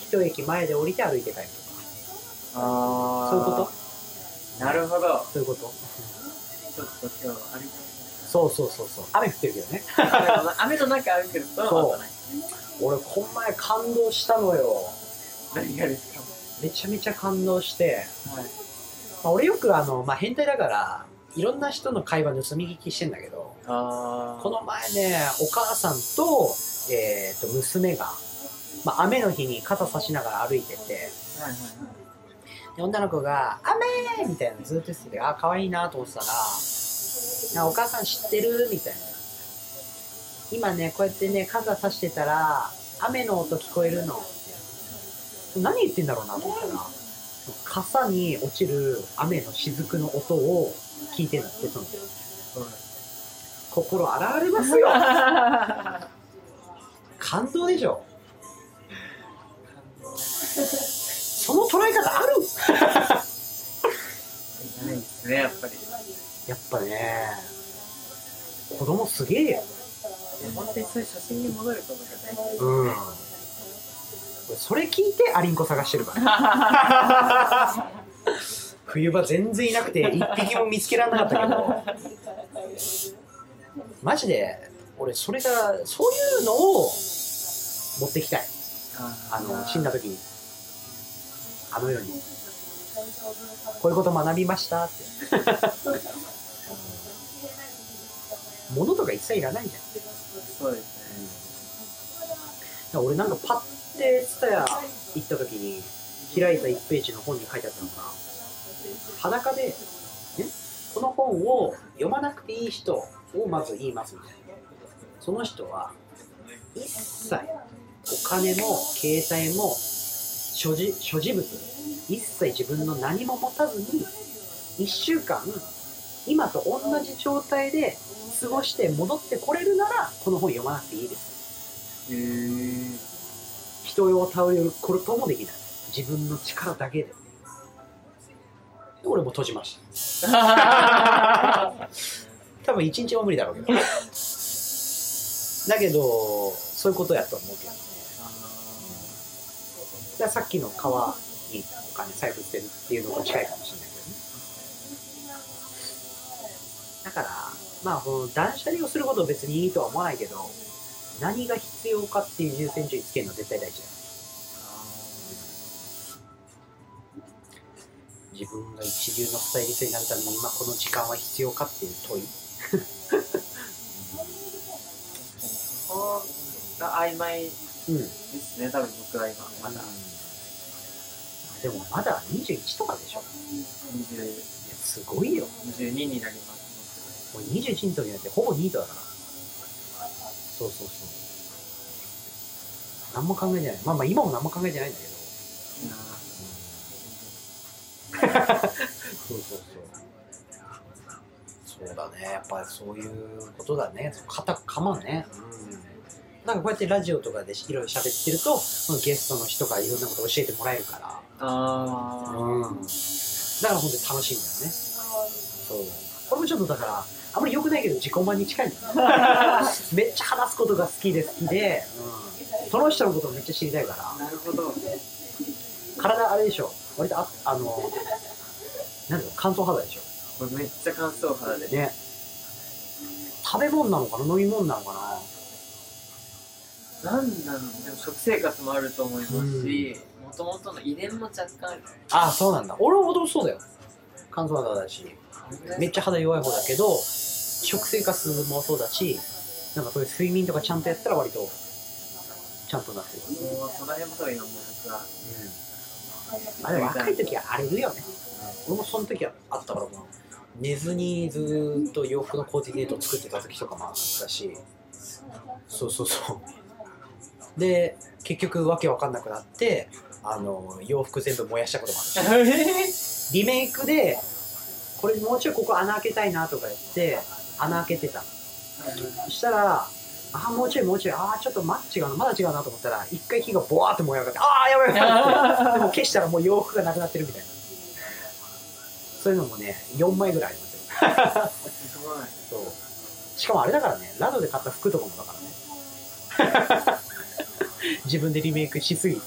Speaker 1: 一駅前で降りて歩いて帰ると
Speaker 2: あ
Speaker 1: か
Speaker 2: あ
Speaker 1: そういうこと
Speaker 2: なるほど
Speaker 1: そういうこと
Speaker 2: ちょっと今日は歩いて
Speaker 1: そうそうそうそう雨降ってるけどね
Speaker 2: み
Speaker 1: <laughs>
Speaker 2: たいな雨の中歩けると
Speaker 1: そう
Speaker 2: またね
Speaker 1: 俺こん前感動したのよ
Speaker 2: 何がですか
Speaker 1: めちゃめちゃ感動して、
Speaker 2: はい
Speaker 1: まあ、俺よくあの、まあ、変態だからいろんな人の会話盗み聞きしてんだけど
Speaker 2: あ
Speaker 1: この前ねお母さんと,、えー、と娘が、まあ、雨の日に傘差しながら歩いてて
Speaker 2: はいはい
Speaker 1: で女の子が「雨!」みたいなのずっと言っててあ可愛いなと思ってたら「なお母さん知ってる?」みたいな今ねこうやってね傘さしてたら雨の音聞こえるの何言ってんだろうなと思ったら傘に落ちる雨の雫の音を聞いてるんだってその子心洗われますよ
Speaker 2: はい
Speaker 1: 感動でしょその捉え方ある <laughs>
Speaker 2: ないですねやっぱり
Speaker 1: やっぱね子供すげえよ
Speaker 2: 本当にそういう初心に戻ることがね
Speaker 1: うんそれ聞いてアリンコ探してるから冬場全然いなくて一匹も見つけられなかったけどマジで俺それがそういうのを持ってきたいあの死んだ時にあのようにこういうこと学びましたって物とか一切いらないじゃん
Speaker 2: そうですね
Speaker 1: だから俺なんかパッてツタヤ行った時に開いた1ページの本に書いてあったのが裸で、ね、この本を読まなくていい人をまず言いますみたいなその人は一切お金も携帯も所持所持物一切自分の何も持たずに1週間今と同じ状態で過ごして戻ってこれるならこの本読まなくていいです
Speaker 2: へえ
Speaker 1: 人を倒れることもできない自分の力だけでで俺も閉じました <laughs> 多分一日は無理だろうけどだけどそういうことやと思うけどねだからさっきの川にお金財布捨てるっていうのが近いかもしれないけどねだからまあこの断捨離をすることは別にいいとは思わないけど何が必要かっていう優先順位つけるのは絶対大事だよ自分が一流のスタイリストになるために今この時間は必要かっていう問い
Speaker 2: そこが曖昧で
Speaker 1: うん、うん、
Speaker 2: すね、多分僕は今、まだ
Speaker 1: でもまだ21とかでしょい
Speaker 2: 20
Speaker 1: やすごいよ
Speaker 2: 22になります、
Speaker 1: 俺21の時なんてほぼニートだからそうそうそう何も考えてないまあまあ今も何も考えてないんだけど
Speaker 2: いや
Speaker 1: そうそうそう。そうだね、やっぱりそういうことだね、肩かまんね。なんかこうやってラジオとかでいろいろ喋ってると、そのゲストの人がいろんなこと教えてもらえるか
Speaker 2: あ
Speaker 1: ら、
Speaker 2: ー
Speaker 1: うん、だから本当に楽しいんだよね。そう。これもちょっとだから、あんまり良くないけど自己満に <laughs> 近いんだよねめっちゃ話すことが好きで好きで、うん、その人のことをめっちゃ知りたいから。
Speaker 2: なるほど、
Speaker 1: 体あれでしょ割とああのなんだろう乾燥肌でしょ
Speaker 2: これめっちゃ乾燥肌で、
Speaker 1: ね食べ物なのかな飲み物なのか
Speaker 2: なんなの、でも食生活もあると思いますし、もともとの遺伝も若干ある
Speaker 1: なああそうなんだ俺はもともとそうだよ乾燥肌だしめっちゃ肌弱い方だけど食生活もそうだしなんかそういう睡眠とかちゃんとやったら割とちゃんとなってる、
Speaker 2: もうその辺も多分今もう僕は
Speaker 1: あれ若い時は荒れるよね俺もその時はあったからもう寝ずにずーっと洋服のコーディネートを作ってた時とかもあったしそうそうそうで結局わけわかんなくなってあの洋服全部燃やしたこともあるしリメイクでこれもうちょいここ穴開けたいなとか言って穴開けてたのそしたらあーもうちょいもうちょいああちょっとまだ違うなまだ違うなと思ったら一回火がボワーって燃え上がってああやばいやばいってでも消したらもう洋服がなくなってるみたいな。そういうのもね、4枚ぐらいありますよ。
Speaker 2: すごい
Speaker 1: そう。しかもあれだからね、ラドで買った服とかもだからね。自分でリメイクしすぎて。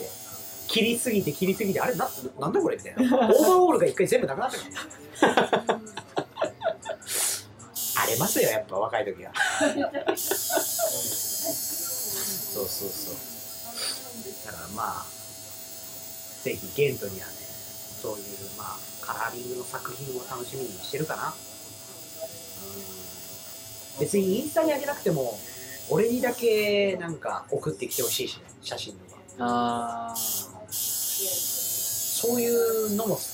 Speaker 1: 切りすぎて切りすぎて、あれな、なんだこれみたいな。オーバーオールが一回全部なくなったからね。荒れますよ、やっぱ若い時は。そうそうそう。だからまあ、ぜひゲントにはね、そういう、まあ、カラーリングの作品を楽しみにしてるかな。うん別にインスタに上げなくても、俺にだけなんか送ってきてほしいしね、写真とか。
Speaker 2: あー
Speaker 1: そういうのも好き。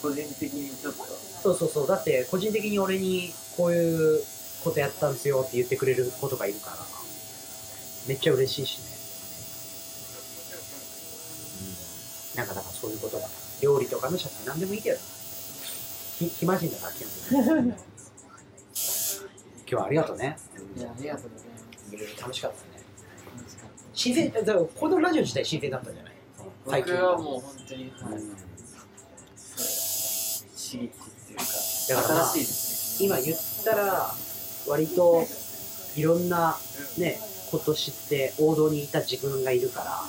Speaker 2: 個人的にちょっと
Speaker 1: そうそうそう、だって個人的に俺にこういうことやったんですよって言ってくれる子とかいるから、めっちゃ嬉しいしね。うん、なんかだからそういうことだな。料理とかの写真なんでもいいけど、ひ暇人だから基本的に
Speaker 2: <laughs>
Speaker 1: 今日はありがとうね。
Speaker 2: いやありがとうございます
Speaker 1: いろいろ楽しかったね。
Speaker 2: 楽しかった
Speaker 1: 新鮮、だからこのラジオ自体新鮮だったんじゃない最
Speaker 2: 僕
Speaker 1: 近
Speaker 2: はもう本当に、
Speaker 1: う
Speaker 2: はい
Speaker 1: ん
Speaker 2: 刺激っていうか
Speaker 1: だからまあ
Speaker 2: 新しいですね
Speaker 1: 今言ったら割といろんなね今年って王道にいた自分がいるから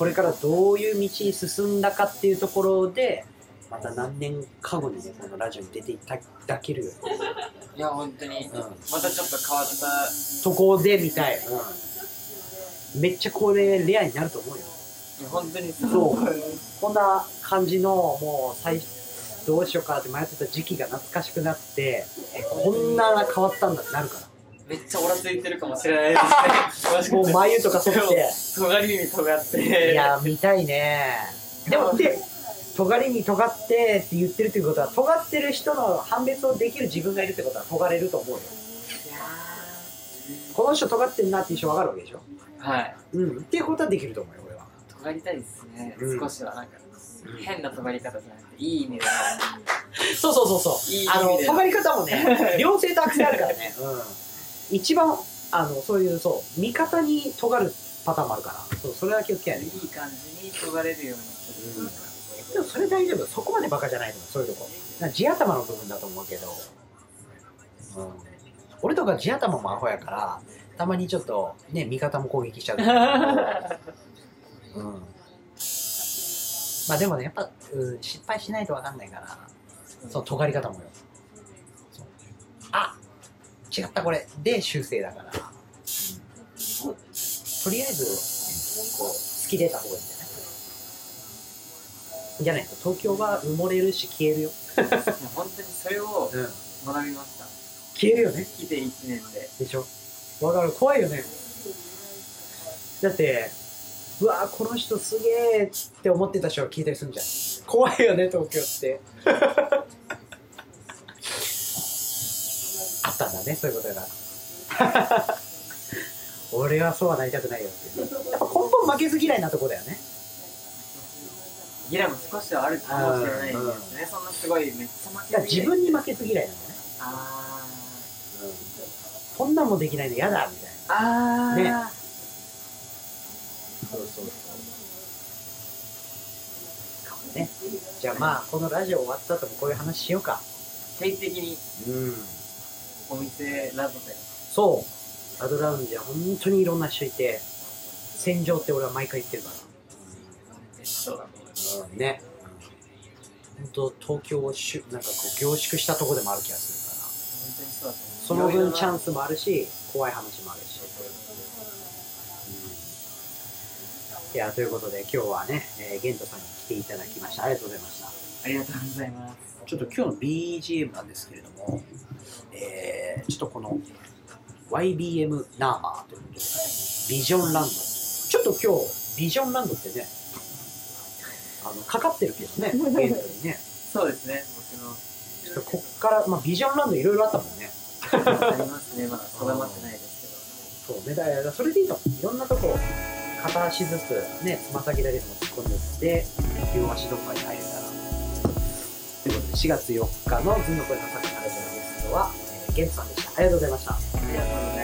Speaker 1: こ
Speaker 2: <laughs>
Speaker 1: れからどういう道に進んだかっていうところでまた何年か後にねこのラジオに出ていただけるように、
Speaker 2: いや本当に
Speaker 1: うん、
Speaker 2: またちょっと変わった
Speaker 1: そこで見たい、うん、めっちゃこれレアになると思うよ
Speaker 2: いや本当に
Speaker 1: そうこんな感じのもう最どうしようかって迷ってた時期が懐かしくなってえこんな変わったんだってなるから
Speaker 2: めっちゃオラついてるかもしれないですね
Speaker 1: もう眉とか剃って
Speaker 2: そう尖りに尖って
Speaker 1: いやー見たいねでもって尖りに尖ってって言ってるっていうことは尖ってる人の判別をできる自分がいるってことは尖れると思うよ
Speaker 2: いや
Speaker 1: この人尖ってんなっていう人分かるわけでしょ
Speaker 2: ーはい
Speaker 1: うんっていうことはできると思うよ俺は
Speaker 2: 尖りたいですね、
Speaker 1: うん
Speaker 2: 少しはなんか
Speaker 1: うん
Speaker 2: 変な尖り方じゃなくていい意味で
Speaker 1: そうそうそうそう
Speaker 2: いい意
Speaker 1: あの
Speaker 2: 味で
Speaker 1: 尖り方も <laughs> ね両性と悪性あるからね、うん、一番あのそういうそう味方に尖るパターンもあるからそうそれだけ気をつけないと
Speaker 2: いい感じに尖れるようにする、
Speaker 1: うんでもそれ大丈夫そこまでバカじゃないと思うそういうとこなんか地頭の部分だと思うけど、うん、俺とか地頭もアホやからたまにちょっとね味方も攻撃しちゃうけ
Speaker 2: <laughs>
Speaker 1: ど、うん、まあでもねやっぱ、うん、失敗しないと分かんないからその尖り方もよそうあ違ったこれで修正だから、うんとりあえずこう突き出た方がいいんじゃないじゃないと東京は埋もれるし消えるよ、
Speaker 2: いや本当にそれを
Speaker 1: うん、
Speaker 2: 学びました
Speaker 1: 消えるよね
Speaker 2: 来て1年で
Speaker 1: でしょわかる怖いよねだってうわーこの人すげえって思ってた人が聞いたりするんじゃん怖いよね東京ってあったんだねそういうことが俺はそうはなりたくないよっていうやっぱ根本負けず嫌いなとこだよね
Speaker 2: ギラも少しはあるかもしれないですね、そんなすごいめっちゃ負け
Speaker 1: だから
Speaker 2: ず嫌
Speaker 1: 自
Speaker 2: い
Speaker 1: 分に負けず嫌いなんだね、
Speaker 2: あ
Speaker 1: こんなんもできないの嫌だみたいな
Speaker 2: ーあー、
Speaker 1: ねそうそうそう。かもね。じゃあまあ、このラジオ終わった後もこういう話しようか。
Speaker 2: 定期的に
Speaker 1: うん。
Speaker 2: お店などで
Speaker 1: そう。アドラウンジは本当にいろんな人いて、戦場って俺は毎回言ってるか
Speaker 2: そうだね
Speaker 1: ら。うん、ね。本当東京をしゅなんかこう凝縮したとこでもある気がするから。
Speaker 2: 本
Speaker 1: その
Speaker 2: 当にそうだと思ういろい
Speaker 1: 分
Speaker 2: ろな
Speaker 1: チャンスもあるし怖い話もあるし、いやということで今日はね、えー、ゲントさんに来ていただきましたありがとうございました
Speaker 2: ありがとうございます
Speaker 1: ちょっと今日の BGM なんですけれども、えーちょっとこの YBM ナーマーということでビジョンランドちょっと今日ビジョンランドってねあのかかってるけ <laughs> どねゲントにね
Speaker 2: そうですね
Speaker 1: ちょっと
Speaker 2: 僕
Speaker 1: こっから、まあ、ビジョンランドいろいろあったもんね
Speaker 2: のありますねまだ定まってないです
Speaker 1: そうね、だからそれでいいと思う。いろんなとこを片足ずつ、ね、つま先だけでも突っ込んでって、両足どっかに入れたら。ということで、4月4日のズンの声の作家ラジオのゲストは、えー、ゲンツさんでした。ありがとうございました。
Speaker 2: けどありがとうございます